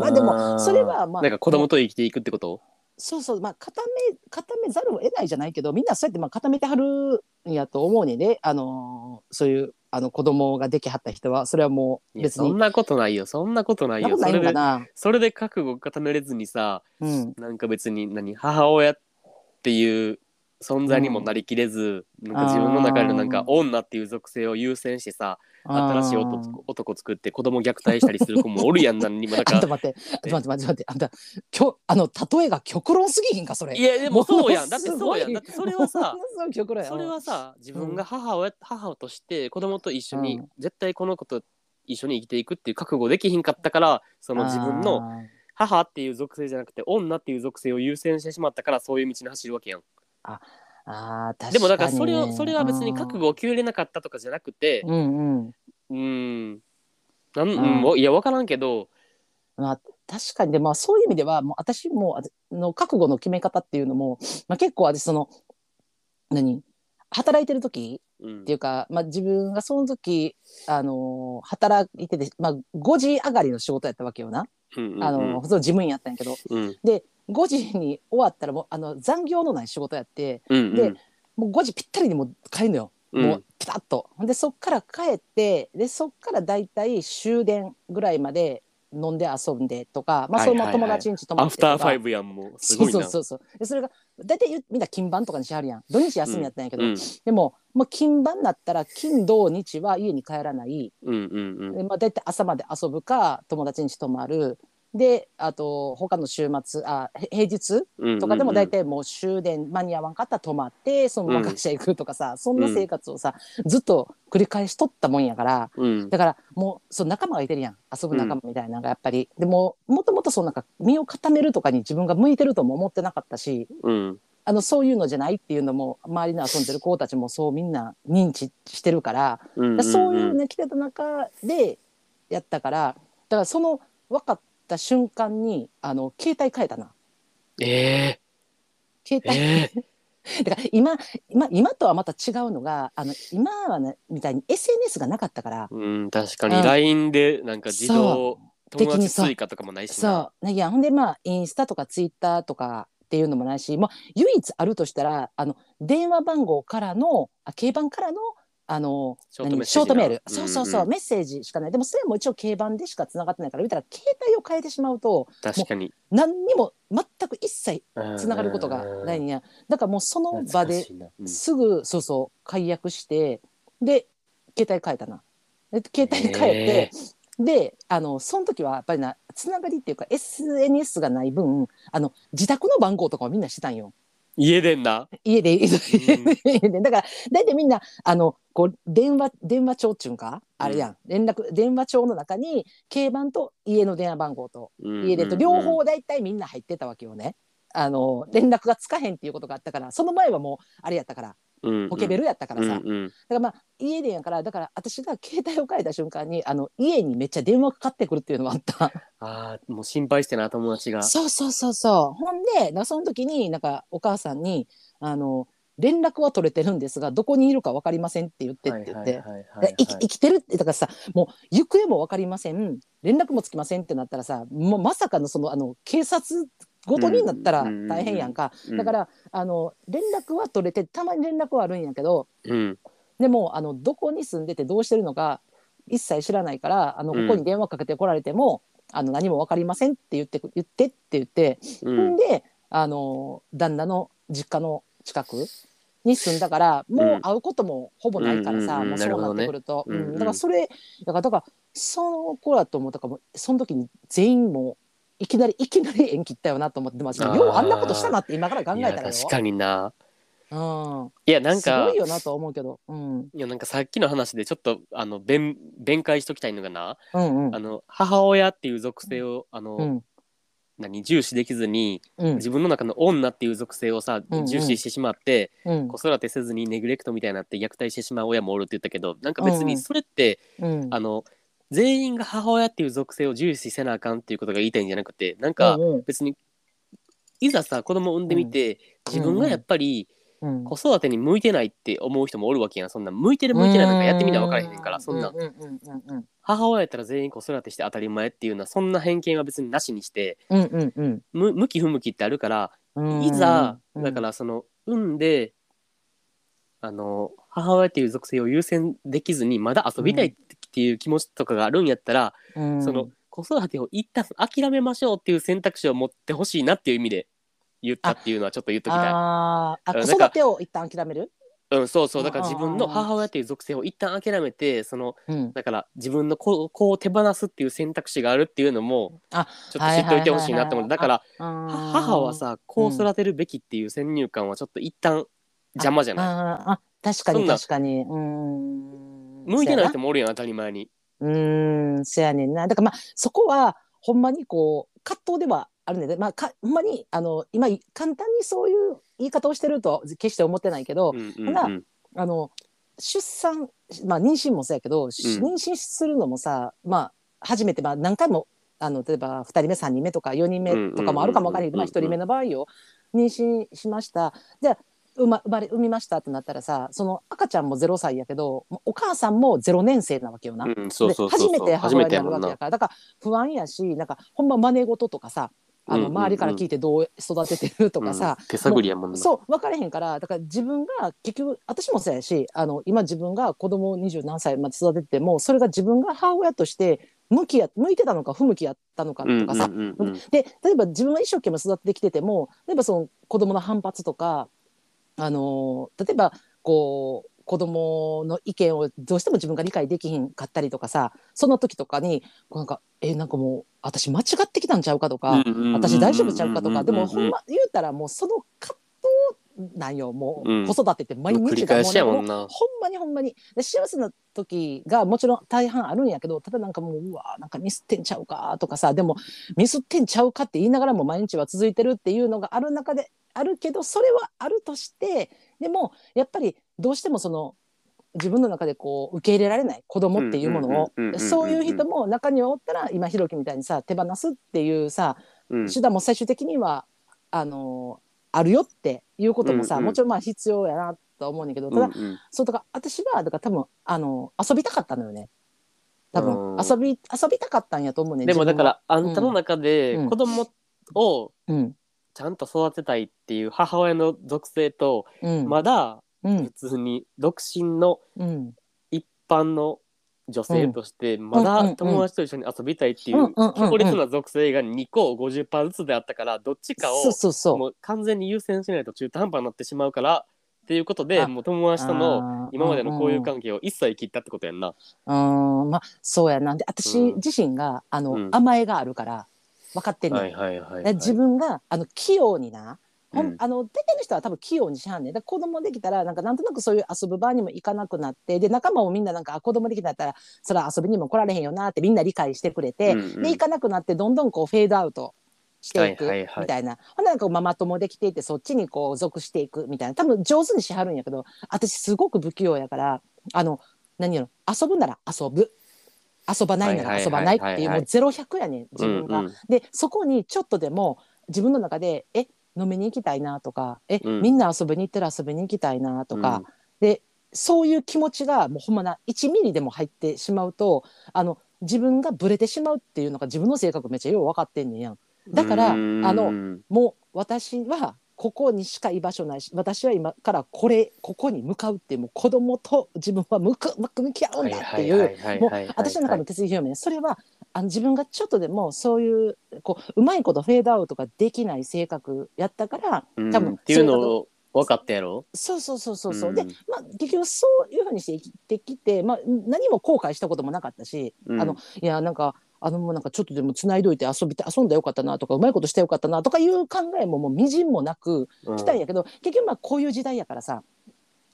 Speaker 2: まあで
Speaker 1: あ
Speaker 2: も
Speaker 1: ー
Speaker 2: それはまあ
Speaker 1: なんか子供と生きていくってこと
Speaker 2: そうそうまあ固め固めざるを得ないじゃないけどみんなそうやってまあ固めてはるんやと思うねんねあのそういうあの子供ができはった人はそれはもう
Speaker 1: いや
Speaker 2: 別
Speaker 1: そ
Speaker 2: に
Speaker 1: んなことないよそんなことない
Speaker 2: な
Speaker 1: よ
Speaker 2: ことな
Speaker 1: それ
Speaker 2: いんか
Speaker 1: で
Speaker 2: な
Speaker 1: それで覚悟固めれずにさ
Speaker 2: うん
Speaker 1: なんか別に何母親っていう存在にもなりきれず、なんか自分の中でなん
Speaker 2: あ
Speaker 1: か
Speaker 2: ー
Speaker 1: 女っていう属性を優先してさ新しい男男作って子供虐待したりする子もおるやんなんにもだ
Speaker 2: あん
Speaker 1: か
Speaker 2: た待って、待って待って待って、あんた、きょ、あの、例えが極論すぎひんか、それ。
Speaker 1: らいやでもそうやんだ
Speaker 2: の
Speaker 1: って
Speaker 2: す
Speaker 1: そ
Speaker 2: ご
Speaker 1: う
Speaker 2: い
Speaker 1: やんだってそれはさ
Speaker 2: ものすごい極論やん
Speaker 1: それはさ自分が母親、母として子供と一緒に、
Speaker 2: う
Speaker 1: 絶対この子と一緒に生きていくっていう覚悟できひんかったからその自分の。母っていう属性じゃなくて女っていう属性を優先してしまったからそういう道に走るわけやん。
Speaker 2: あーあー、確かに。
Speaker 1: でもだからそれをそれは別に覚悟を決めれなかったとかじゃなくて
Speaker 2: うん。うんうん。
Speaker 1: うーんなん、う
Speaker 2: うん
Speaker 1: ん、おいや分からんけど
Speaker 2: まあ、確かに、で、まあ、そういう意味では、もう、私も、あの、覚悟の決め方っていうのも、まあ、結構、私、その。何。働いてる時
Speaker 1: うん
Speaker 2: っていうか、まあ、自分がその時、あの働いてて、まあ、5時上がりの仕事やったわけよな、
Speaker 1: うんうん
Speaker 2: あの普通の事務員やったんやけど
Speaker 1: うん
Speaker 2: 5時に終わったらもうあの残業のない仕事やって
Speaker 1: うん
Speaker 2: でもう5時ぴったりにもう帰るのよ、
Speaker 1: うん
Speaker 2: もうピタッとほんでそっから帰ってでそっからだいたい終電ぐらいまで飲んで遊んでとか、まあ、
Speaker 1: はいはい
Speaker 2: それ
Speaker 1: はい
Speaker 2: も友達ん家泊ま
Speaker 1: ア
Speaker 2: って
Speaker 1: フ
Speaker 2: とか、
Speaker 1: ターファイブやんもうす
Speaker 2: そ
Speaker 1: ご
Speaker 2: う
Speaker 1: い
Speaker 2: そ
Speaker 1: な
Speaker 2: うそうそうでそれが大体みんな勤番とかにしはるやん土日休みやったんやけど、
Speaker 1: うん
Speaker 2: でももう勤番になったら金土日は家に帰らない
Speaker 1: うんうんうん
Speaker 2: でまあ、大体朝まで遊ぶか友達ん家泊まるであと他の週末あへ平日
Speaker 1: うん
Speaker 2: とかでも大体もう終電間に合わんかったら泊まってそのまま会社行くとかさ、そんな生活をさずっと繰り返しとったもんやから
Speaker 1: うん
Speaker 2: だからもうその仲間がいてるやん遊ぶ仲間みたいなのがやっぱり、でももともとそうなんか身を固めるとかに自分が向いてるとも思ってなかったし
Speaker 1: うん
Speaker 2: あのそういうのじゃないっていうのも周りの遊んでる子たちもそうみんな認知してるから
Speaker 1: うんうん
Speaker 2: だからそういうね来てた中でやったからだからその分かった瞬間にあの携帯変えたな
Speaker 1: え
Speaker 2: 携
Speaker 1: ー、
Speaker 2: 帯
Speaker 1: えー、
Speaker 2: だから今今今とはまた違うのがあの今は、ね、みたいに SNS がなかったから
Speaker 1: うん確か
Speaker 2: う
Speaker 1: に
Speaker 2: ん
Speaker 1: LINE でなんか自動友
Speaker 2: そ的
Speaker 1: 達
Speaker 2: にそう
Speaker 1: 追加とかもないしな
Speaker 2: そうねいやほんでまあインスタとかツイッターとかっていうのもないし、まあ、唯一あるとしたらあの電話番号からのあ掲番からのあの
Speaker 1: ショートメッセージな
Speaker 2: 何ショートメール
Speaker 1: うんう
Speaker 2: そ
Speaker 1: ん
Speaker 2: うそうそう、メッセージしかないでもそれも一応掲番でしかつながってないから見たら携帯を変えてしまうと
Speaker 1: 確かに
Speaker 2: 何にも全く一切つながることがないん
Speaker 1: に
Speaker 2: やだからもうその場ですぐそうそう解約してで携帯変えたなで携帯で変えて、であのその時はやっぱりなつながりっていうか SNS がない分あの自宅の番号とかをみんなしてたんよ
Speaker 1: 家でんな
Speaker 2: 家で、家でだから大体みんなあのこう電話電話帳っちゅうんかあれやん、連絡電話帳の中に掲番と家の電話番号と家でと両方大体みんな入ってたわけよね。あの連絡がつかへんっていうことがあったからその前はもうあれやったからポケベ
Speaker 1: ル
Speaker 2: ルやったからさ、
Speaker 1: うんうん
Speaker 2: だからまあ家でやからだから私が携帯を変えた瞬間にあの家にめっちゃ電話かかってくるっていうのもあった
Speaker 1: ああもう心配してな友達が
Speaker 2: そうそうそうそうほんでなその時になんかお母さんにあの連絡は取れてるんですがどこにいるか分かりませんって言ってって言っ
Speaker 1: は
Speaker 2: て、
Speaker 1: いはいはい
Speaker 2: だ
Speaker 1: は
Speaker 2: か
Speaker 1: い
Speaker 2: ら生き生きてるってだからさもう行方も分かりません連絡もつきませんってなったらさもうまさかのそのあの警察ごとになったら大変やんか、
Speaker 1: うん
Speaker 2: だからあの連絡は取れてたまに連絡はあるんやけど
Speaker 1: うん
Speaker 2: でもあのどこに住んでてどうしてるのか一切知らないからあの
Speaker 1: う
Speaker 2: こ
Speaker 1: ん
Speaker 2: こに電話かけてこられても、あの何も分かりませんって言ってく言ってって言って、
Speaker 1: うん
Speaker 2: ん、であの旦那の実家の近くに住んだからもう会うこともほぼないからさ、
Speaker 1: うんうんうん
Speaker 2: もうそうなってくると
Speaker 1: なるほどねうんうん
Speaker 2: うん、だからそれだからだからその子だと思ったからもうその時に全員もういきなりいきなり縁切ったよなと思ってます
Speaker 1: あー
Speaker 2: ようあんなことしたなって今から考え
Speaker 1: い
Speaker 2: た
Speaker 1: や
Speaker 2: らよ。
Speaker 1: 確かにな
Speaker 2: うん
Speaker 1: いやなん
Speaker 2: す
Speaker 1: か
Speaker 2: ごいよなとは思うけど、うん、うん
Speaker 1: いやなんかさっきの話でちょっとあの弁弁解しときたいのがな、
Speaker 2: うん
Speaker 1: あの母親っていう属性をあの、
Speaker 2: うん
Speaker 1: 何重視できずに
Speaker 2: うん
Speaker 1: 自分の中の女っていう属性をさ、
Speaker 2: うんうん
Speaker 1: 重視してしまって、
Speaker 2: うん
Speaker 1: 子育てせずにネグレクトみたいになって虐待してしまう親もおるって言ったけどなんか別
Speaker 2: う
Speaker 1: に
Speaker 2: ん
Speaker 1: それって、
Speaker 2: うん
Speaker 1: あの全員が母親っていう属性を重視せなあかんっていうことが言いたいんじゃなくてなん
Speaker 2: う
Speaker 1: か
Speaker 2: んうん
Speaker 1: 別にいざさ子供産んでみて、
Speaker 2: うん
Speaker 1: 自分がやっぱり
Speaker 2: うん
Speaker 1: 子育てに向いてないって思う人もおるわけやんそんな向いてる向いてないなんかやってみな分からへんからそんな
Speaker 2: ううんうんうん
Speaker 1: 母親やったら全員子育てして当たり前っていうのはそんな偏見は別になしにして
Speaker 2: うんうんうん
Speaker 1: む向き不向きってあるから
Speaker 2: うんうん
Speaker 1: いざだか
Speaker 2: うん
Speaker 1: らその産んであの母親っていう属性を優先できずにまだ遊びたいっていう気持ちとかがあるんやったら、
Speaker 2: うん
Speaker 1: その子育てを一旦諦めましょうっていう選択肢を持ってほしいなっていう意味で言ったっていうのはちょっと言っときたい。
Speaker 2: あーあ
Speaker 1: うん
Speaker 2: 子育てを一旦諦める、
Speaker 1: うん、そうそうだから
Speaker 2: うんうん
Speaker 1: 自
Speaker 2: うんう
Speaker 1: 分
Speaker 2: ん
Speaker 1: の母親っていう属性を一旦諦めてその
Speaker 2: うん、
Speaker 1: だから自分の子子を手放すっていう選択肢があるっていうのもちょっ
Speaker 2: あ
Speaker 1: と知っておいてほしいなと思ってだ
Speaker 2: はい
Speaker 1: か
Speaker 2: はい
Speaker 1: ら母
Speaker 2: 母
Speaker 1: はさこう育てるべきっていう先入観はちょっと一旦邪魔じゃない
Speaker 2: あーあ確か
Speaker 1: そん
Speaker 2: に
Speaker 1: な
Speaker 2: 確かにうん
Speaker 1: 向いてない
Speaker 2: そ
Speaker 1: 人もおるやん当たり前に
Speaker 2: うやなうんそやねんなだからまあそこはほんまにこう葛藤ではあるねんでまあかほんまにあの今簡単にそういう言い方をしてるとは決して思ってないけど、
Speaker 1: うんうんうん
Speaker 2: ほあの出産、まあ、妊娠もそうやけど、し
Speaker 1: うん
Speaker 2: 妊娠するのもさ、まあ、初めて、まあ、何回もあの例えば2人目3人目とか4人目とかもあるかもわからないけど、まあ、
Speaker 1: うん
Speaker 2: 1
Speaker 1: うんうんうん
Speaker 2: 人目の場合よ妊娠しましたじゃあ生ま生まれ産みましたってなったらさその赤ちゃんも0歳やけどもうお母さんも0年生なわけよな。
Speaker 1: うんそうそうそう
Speaker 2: で初めて母親
Speaker 1: 初め
Speaker 2: になる
Speaker 1: てやも
Speaker 2: わ
Speaker 1: ん
Speaker 2: け
Speaker 1: な
Speaker 2: やからだから不安やしなんかほんま真似事とかさあ
Speaker 1: うん
Speaker 2: の
Speaker 1: うんうん
Speaker 2: 周りから聞いてどう育ててるとかさ、
Speaker 1: うん手探りやもんな
Speaker 2: そう分かれへんからだから自分が結局私もそうやしあの今自分が子供を二十何歳まで育ててもそれが自分が母親として向きや向いてたのか不向きやったのか
Speaker 1: うんうん
Speaker 2: とかさ、
Speaker 1: うんうん
Speaker 2: で例えば自分は一生懸命育ってきてても例えばその子供の反発とか、あのー例えばこう子供の意見をどうしても自分が理解できひんかったりとかさその時とかにこうなんかえなんかもう私間違ってきたんちゃうかとか、
Speaker 1: うんうんうん
Speaker 2: 私大丈夫ちゃうかと
Speaker 1: う
Speaker 2: か
Speaker 1: ん
Speaker 2: で
Speaker 1: うんうん
Speaker 2: もほんま言うたらもうその葛藤なんよも
Speaker 1: うん
Speaker 2: う子育てって毎
Speaker 1: 繰
Speaker 2: 日
Speaker 1: り
Speaker 2: が
Speaker 1: 返
Speaker 2: もう
Speaker 1: しやも
Speaker 2: なんんか
Speaker 1: な
Speaker 2: ほんまにほんまにで幸せな時がもちろん大半あるんやけどただなんかもううわーなんかミスってんちゃうかとかさでもミスってんちゃうかって言いながらも毎日は続いてるっていうのがある中であるけどそれはあるとしてでもやっぱりどうしてもその自分の中でこう受け入れられない子供っていうも
Speaker 1: う
Speaker 2: の
Speaker 1: んうんうんうんうんうんう
Speaker 2: を
Speaker 1: ん
Speaker 2: そういう人も中にはおったら今ひろきみたいにさ手放すっていうさ
Speaker 1: うん
Speaker 2: 手段も最終的にはあのあるよっていうこともさ、
Speaker 1: うんうん
Speaker 2: もちろんまあ必要やなとは思うんだけどただ、
Speaker 1: うんうん
Speaker 2: そうだから私はだから多分あの遊びたかったのよね多
Speaker 1: う
Speaker 2: 分
Speaker 1: ん
Speaker 2: 遊び遊びたかったんやと思うね
Speaker 1: でもだ
Speaker 2: 自
Speaker 1: か
Speaker 2: 分は
Speaker 1: らあんたの中で
Speaker 2: うん
Speaker 1: 子供を
Speaker 2: うん
Speaker 1: ちゃんと育てたいっていう母親の属性と、
Speaker 2: うん、
Speaker 1: まだ
Speaker 2: うん
Speaker 1: 普通に独身の
Speaker 2: うん
Speaker 1: 一般の女性としてま
Speaker 2: うんうんう
Speaker 1: だ
Speaker 2: ん
Speaker 1: 友達と一緒に遊びたいってい
Speaker 2: うん
Speaker 1: う
Speaker 2: うんうんうん
Speaker 1: 強烈な属性が2個50%ずつであったからどっちかを
Speaker 2: そうそうそう
Speaker 1: もう完全に優先しないと中途半端になってしまうからっていうことで
Speaker 2: あ
Speaker 1: もう友達との
Speaker 2: の
Speaker 1: 今までの交友関係を一切切ったってことやんな。
Speaker 2: うんまあそうやなんで私
Speaker 1: うん
Speaker 2: 自身があの、
Speaker 1: うん
Speaker 2: 甘えがあるから分かってんねん、
Speaker 1: はいはいはい、
Speaker 2: だ
Speaker 1: は
Speaker 2: から
Speaker 1: い。
Speaker 2: 自分があの器用になほん
Speaker 1: うん
Speaker 2: あの出てる人は多分器用にしはんねんだから子供できたらなんかなんとなくそういう遊ぶ場にも行かなくなってで仲間もみんななんかあ子供できたらそら遊びにも来られへんよなってみんな理解してくれて、
Speaker 1: うんうん
Speaker 2: で行かなくなってどんどんこうフェードアウトしていくみ
Speaker 1: は
Speaker 2: たい
Speaker 1: い
Speaker 2: な、
Speaker 1: はいはい
Speaker 2: ほんならなんかママ友できていてそっちにこう属していくみたいな多分上手にしはるんやけど私すごく不器用やからあの何やろ遊ぶなら遊ぶ遊ばないなら遊ばない
Speaker 1: はい
Speaker 2: っ
Speaker 1: は
Speaker 2: て
Speaker 1: い
Speaker 2: いう
Speaker 1: はいはい
Speaker 2: もうゼロ百やねん自分が。
Speaker 1: うんうん
Speaker 2: でそこにちょっとでも自分の中でえ飲みに行きたいなとかえ、
Speaker 1: うん
Speaker 2: みんな遊びに行ったら遊びに行きたいなとか、
Speaker 1: うん
Speaker 2: でそういう気持ちがもうほんまな1ミリでも入ってしまうとあの自分がブレてしまうっていうのが自分の性格めっちゃよう分かってんねんやん。だからあ
Speaker 1: うん
Speaker 2: のもう私はここにしか居場所ないし私は今からこれここに向かうっていうもう子供と自分は向く向く向き合うんだっていうもう私の中の決意表明ねそれはあの自分がちょっとでもそういうこううまいことフェードアウトができない性格やったから多
Speaker 1: うん
Speaker 2: 分
Speaker 1: っていうの
Speaker 2: それが
Speaker 1: を分かったやろ
Speaker 2: そうそうそうそうそう、
Speaker 1: うん
Speaker 2: で、まあ、結局そういうふうにして生きてきて、まあ、何も後悔したこともなかったし、
Speaker 1: うん
Speaker 2: あのいやなんかあのもうなんかちょっとでも繋いどいて遊びて遊んだらよかったなとかうまいことしてよかったなとかいう考えももうみじんもなく、来たんやけど、結局まあこういう時代やからさ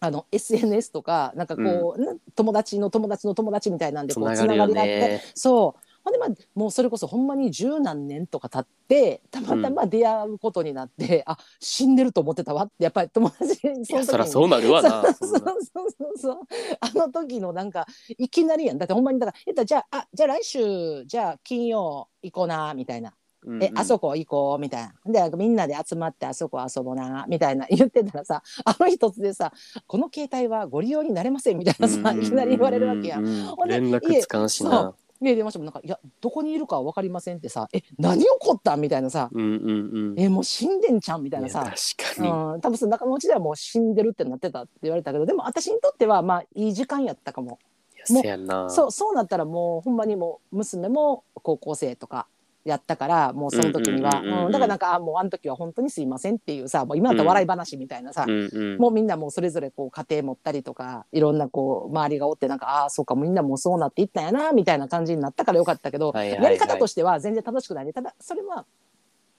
Speaker 2: あの SNS とかなんかこう、な友達の友達の友達みたいなんでこう
Speaker 1: つなが
Speaker 2: つな
Speaker 1: る
Speaker 2: が
Speaker 1: よ
Speaker 2: りがあって、
Speaker 1: ね
Speaker 2: そうほんでまあもうそれこそほんまに十何年とか経ってたまたま出会うことになって、あ死んでると思ってたわってやっぱり友達に
Speaker 1: い
Speaker 2: その
Speaker 1: やそ
Speaker 2: 時
Speaker 1: ら
Speaker 2: に。
Speaker 1: そうなるわな
Speaker 2: そう
Speaker 1: そん
Speaker 2: そう
Speaker 1: な
Speaker 2: そうそうそうあの時のなんかいきなりやんだってほんまにだから言ったらじゃああじゃあ来週じゃあ金曜行こうなみたいな
Speaker 1: うん
Speaker 2: え、あそこ行こうみたいな。で、みんなで集まってあそこ遊ぼうな、みたいな言ってたらさ、あの一つでさ、この携帯はご利用になれませんみたいなさ、いきなり言われるわけや
Speaker 1: う。んうんうん
Speaker 2: ほんで
Speaker 1: 連絡つかんしな
Speaker 2: ね電話してもなんか、いや、どこにいるかは分かりませんってさ、え、何起こったみたいなさ、
Speaker 1: うんうんうん
Speaker 2: え、もう死んでんちゃんみたい
Speaker 1: い
Speaker 2: な
Speaker 1: や
Speaker 2: さ
Speaker 1: 確。かに
Speaker 2: うん、多分その仲間内ではもう死んでるってなってたって言われたけどでも私にとってはまあいい時間やったかも
Speaker 1: いや
Speaker 2: もう
Speaker 1: せやんな
Speaker 2: そうそうなったらもうほんまにもう娘も高校生とかやったからもうその時には
Speaker 1: うんうんうんうんうん
Speaker 2: うんだからなんかあもうあの時は本当にすいませんっていうさもう今だったら笑い話みたいなさ、
Speaker 1: うんうん
Speaker 2: もうみんなもうそれぞれこう家庭持ったりとかいろんなこう周りがおってなんかああそうかみんなもうそうなっていったんやなみたいな感じになったからよかったけど、
Speaker 1: はいはいはい
Speaker 2: やり方としては全然正しくないねただそれは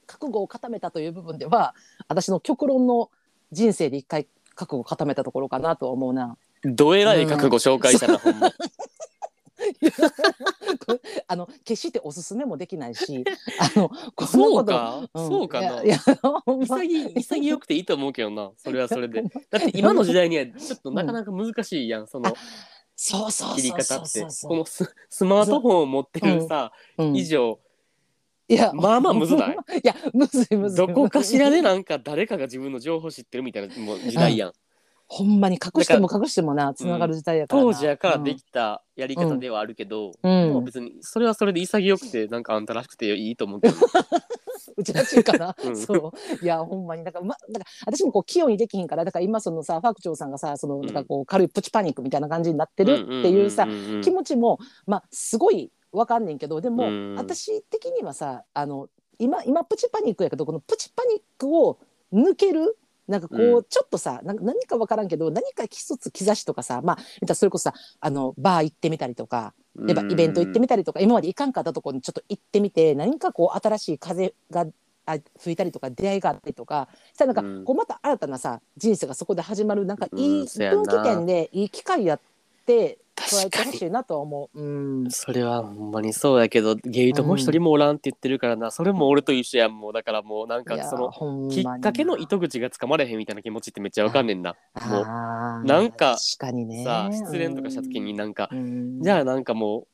Speaker 2: 覚悟を固めたという部分では私の極論の人生で一回覚悟を固めたところかなとは思うな。
Speaker 1: どえらい覚悟紹介したなほん ま
Speaker 2: あの決しておすすめもできな いし、あのこんな
Speaker 1: そ
Speaker 2: こ
Speaker 1: う
Speaker 2: と
Speaker 1: か
Speaker 2: ん
Speaker 1: そうかない
Speaker 2: やいやほんま
Speaker 1: 潔潔くていいと思うけどなそれはそれ でだって今の時代にはちょっとなかなか難しいやんその
Speaker 2: そうそう
Speaker 1: 切り
Speaker 2: そう
Speaker 1: 方
Speaker 2: そう
Speaker 1: って
Speaker 2: そうそう
Speaker 1: このススマートフォンを持ってるさ
Speaker 2: うん
Speaker 1: 以上
Speaker 2: いや
Speaker 1: まあまあむずない
Speaker 2: いやむずいむずい
Speaker 1: どこかしらでなんか誰かが自分の情報知ってるみたいなもう時代やん、
Speaker 2: ほんまに隠しても隠してもなつながる時代やからな、
Speaker 1: 当時やからできたやり方ではあるけど、
Speaker 2: うん
Speaker 1: もう別にそれはそれで潔くてなんかあんたらしくていいと思うけど、
Speaker 2: うんうちらしいかな、
Speaker 1: うん
Speaker 2: そういやほんまにだから,、ま、だから私もこう器用にできひんからだから今そのさファクチョーさんがさそのなんかこう軽いプチパニックみたいな感じになってるっていうさ
Speaker 1: んんんうん
Speaker 2: 気持ちも、まあ、すごいわかんねんけどでも、
Speaker 1: うん
Speaker 2: 私的にはさあの今今プチパニックやけどこのプチパニックを抜けるなんかこう、
Speaker 1: うん
Speaker 2: ちょっとさなんか何かわからんけど何か一つ兆しとかさまあ言ったらそれこそさあのバー行ってみたりとかやっぱイベント行ってみたりとか、今まで行かんかったところにちょっと行ってみて何かこう新しい風があ吹いたりとか出会いがあったりとかしたらなんか、
Speaker 1: うん
Speaker 2: こうまた新たなさ人生がそこで始まるなんかいい
Speaker 1: うんそやな
Speaker 2: 分岐点でいい機会やって加
Speaker 1: 確
Speaker 2: えて
Speaker 1: か
Speaker 2: ほ
Speaker 1: に
Speaker 2: しいなとは思う。うん。
Speaker 1: それはほんまにそうやけどゲイ友一人もおらんって言ってるからな、それも俺と一緒やんもうだからもうなん
Speaker 2: い
Speaker 1: か
Speaker 2: や
Speaker 1: その
Speaker 2: ほんま
Speaker 1: き
Speaker 2: に
Speaker 1: っかけの糸口がつかまれへんみたいな気持ちってめっちゃわかんねんな、もう
Speaker 2: あー
Speaker 1: なんか
Speaker 2: 確かにね
Speaker 1: さあ失恋とかした時になんか、
Speaker 2: うん
Speaker 1: じゃあなんかも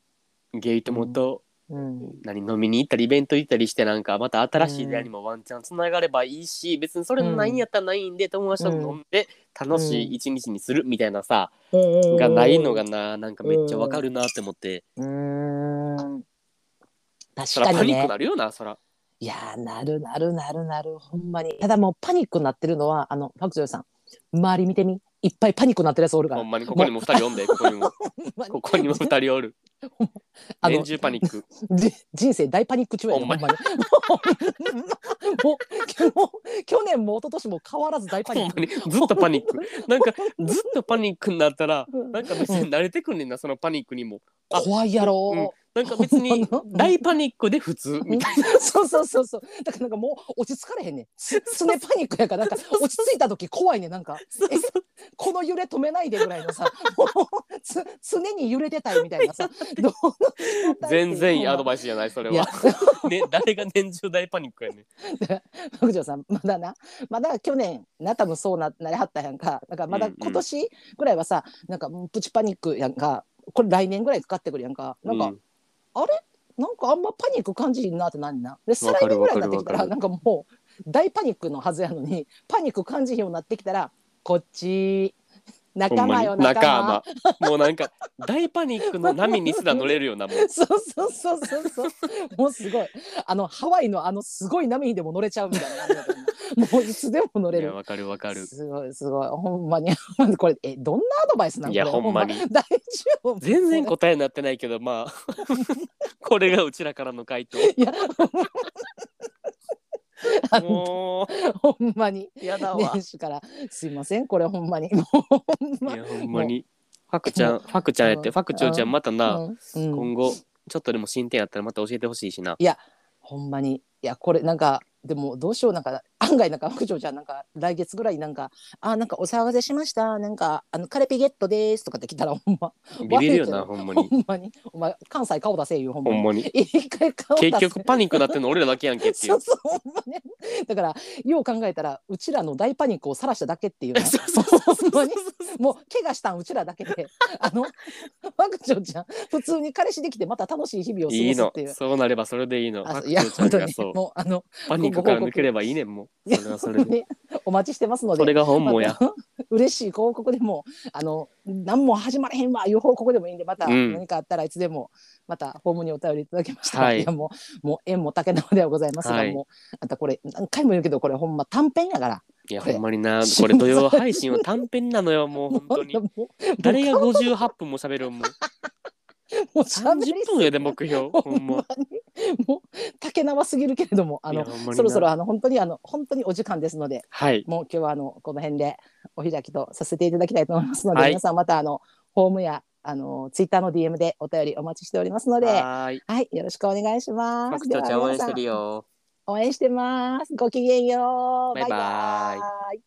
Speaker 1: うゲイ友と
Speaker 2: うん
Speaker 1: 何飲みに行ったりイベント行ったりしてなんかまた新しい出会いにもワンチャンつながればいいし別にそれもないんやったらないんで友達と飲んで楽しい一日にするみたいなさ、がないのがななんかめっちゃわかるなって思って、
Speaker 2: うん確
Speaker 1: そら
Speaker 2: か
Speaker 1: パ
Speaker 2: に
Speaker 1: ニック
Speaker 2: ね
Speaker 1: なるよなそら
Speaker 2: いやーなるなるなるなるほんまにただもうパニックになってるのはあのパクジョイさん周り見てみいっぱいパニックになってるやつおるから
Speaker 1: ほんまにここにも2人おんでここ にも
Speaker 2: ほんまに
Speaker 1: ここにも2人おる
Speaker 2: あ
Speaker 1: 年
Speaker 2: の
Speaker 1: 中パニック
Speaker 2: じ人生大パニック中やで
Speaker 1: ほ
Speaker 2: ほ
Speaker 1: ん
Speaker 2: ん
Speaker 1: ま
Speaker 2: ま
Speaker 1: に
Speaker 2: にもうもう去年も一昨年も変わらず大パニ
Speaker 1: ほん
Speaker 2: ッ
Speaker 1: ま
Speaker 2: ク
Speaker 1: にずっとパニック なんかずっとパニックになったら
Speaker 2: うん
Speaker 1: なんか別に慣れてくんねんなそのパニックにもあ
Speaker 2: 怖いやろ
Speaker 1: うんなんか別 に
Speaker 2: ほんまな
Speaker 1: 大パニックで普 通みたいな
Speaker 2: そうそうそうそう。だからなんかもう落ち着かれへんねん。 す常パニックやからなんか落ち着いた時怖いねんなんか。
Speaker 1: そうそう
Speaker 2: この揺れ止めないでぐらいのさ、 もうつ常に揺れてたいみたい なさ。どう
Speaker 1: 全然いいアド
Speaker 2: イ
Speaker 1: バイスじゃないそれ
Speaker 2: いや
Speaker 1: は、ね、誰が年中大パニックやねん
Speaker 2: 福条さんまだな、まだ去年な多分そうななりはったやんか。だからまだ今年ぐらいはさ、なんかもうプチパニックやんか。これ来年ぐらいかかってくるやんか。なんか、
Speaker 1: うん
Speaker 2: なんかあんまパニック感じひんなってなんねんな。で再
Speaker 1: わか
Speaker 2: 来
Speaker 1: る
Speaker 2: 年ぐらいになって
Speaker 1: わ
Speaker 2: き
Speaker 1: か
Speaker 2: た
Speaker 1: る
Speaker 2: らなんかもう大パニックのはずやのにパニック感じひんようになってきたらこっち
Speaker 1: ほ
Speaker 2: 仲
Speaker 1: んま
Speaker 2: 間
Speaker 1: に
Speaker 2: よ仲間
Speaker 1: 仲間もうなんか大パニックの波にすら乗れるよなもう
Speaker 2: そうそうそうそうそうもうすごいあのハワイのあのすごい波にでも乗れちゃうみたいな感じだと思うもういつでも乗れ
Speaker 1: いや
Speaker 2: る
Speaker 1: わかるわかる
Speaker 2: すごいすごいほんまに ほんまにこれえどんなアドバイスなの
Speaker 1: いや
Speaker 2: これ
Speaker 1: ほんまに
Speaker 2: 大丈夫
Speaker 1: 全然答えになってないけどまあ これがうちらからの回答
Speaker 2: いやあの
Speaker 1: も
Speaker 2: ほんまに
Speaker 1: うやだわ
Speaker 2: 年始からすいませんこれほんまにもう ほんま
Speaker 1: いやほんまにファクちゃんファクちゃんやって
Speaker 2: うん
Speaker 1: ファクチョウちゃんまたな、
Speaker 2: うんうん
Speaker 1: 今後ちょっとでも進展やったらまた教えてほしいしな
Speaker 2: ほんまにいやこれなんかでもどうしようなんか案外なんか副長ちゃんなんか来月ぐらいなんか「あなんかお騒がせしましたなんかあのカレピゲットです」とかって来たらほんま
Speaker 1: ビビるよな
Speaker 2: 悪
Speaker 1: ほんま
Speaker 2: ほ
Speaker 1: に
Speaker 2: んまにお前関西顔出せよほんま
Speaker 1: ほ
Speaker 2: に
Speaker 1: んまに
Speaker 2: 一回顔出せ
Speaker 1: 結局パニックなってんの俺らだけやんけってい
Speaker 2: そううそうほんまねだからよう考えたらうちらの大パニックを晒しただけっていうな
Speaker 1: そうそうそう
Speaker 2: ほんまにもう怪我したんうちらだけで あのワクチョちゃん普通に彼氏できてまた楽しい日々を過
Speaker 1: い
Speaker 2: ご
Speaker 1: い
Speaker 2: す
Speaker 1: の
Speaker 2: っていう。
Speaker 1: そうなればそれでいいのフ
Speaker 2: あ
Speaker 1: ァ
Speaker 2: いや
Speaker 1: クチョウ
Speaker 2: 本
Speaker 1: ちゃ
Speaker 2: 当
Speaker 1: んが
Speaker 2: に
Speaker 1: そう
Speaker 2: もうあの
Speaker 1: パニックから抜ければいいねんもうそれはそれで
Speaker 2: ね お待ちしてますので。
Speaker 1: それが本望や
Speaker 2: また 嬉しい広告でも、あの、何も始まらへんわ、いう報告でもいいんで、また
Speaker 1: うん
Speaker 2: 何かあったらいつでも、またホームにお便りいただきましたら。
Speaker 1: はい
Speaker 2: いや、もう、もう縁も竹縄ではございますが、
Speaker 1: はい
Speaker 2: もう、あとこれ、何回も言うけど、これほんま短編やから。
Speaker 1: いや
Speaker 2: これ
Speaker 1: ほんまになこれ土曜配信は短編なのよもう本当に
Speaker 2: もうもう
Speaker 1: 誰が58分も喋るんもう
Speaker 2: もう喋り
Speaker 1: 30分やで目標ほ
Speaker 2: ほん
Speaker 1: んま
Speaker 2: まにもう竹縄すぎるけれども、あ
Speaker 1: いや
Speaker 2: の、
Speaker 1: ほんまにな
Speaker 2: そろそろあの本当にあの本当にお時間ですので、
Speaker 1: はい
Speaker 2: もう今日はあのこの辺でお開きとさせていただきたいと思いますので、
Speaker 1: はい
Speaker 2: 皆さんまたあのホームやあのツイッターの DM でお便りお待ちしておりますので、は
Speaker 1: はーい
Speaker 2: い、よろしくお願いします。
Speaker 1: パクチョウちゃん
Speaker 2: では
Speaker 1: 応援
Speaker 2: 皆
Speaker 1: し
Speaker 2: さ
Speaker 1: て
Speaker 2: ん
Speaker 1: るよ
Speaker 2: 応援してます。ごきげんよう。
Speaker 1: バイバイ
Speaker 2: バイバイ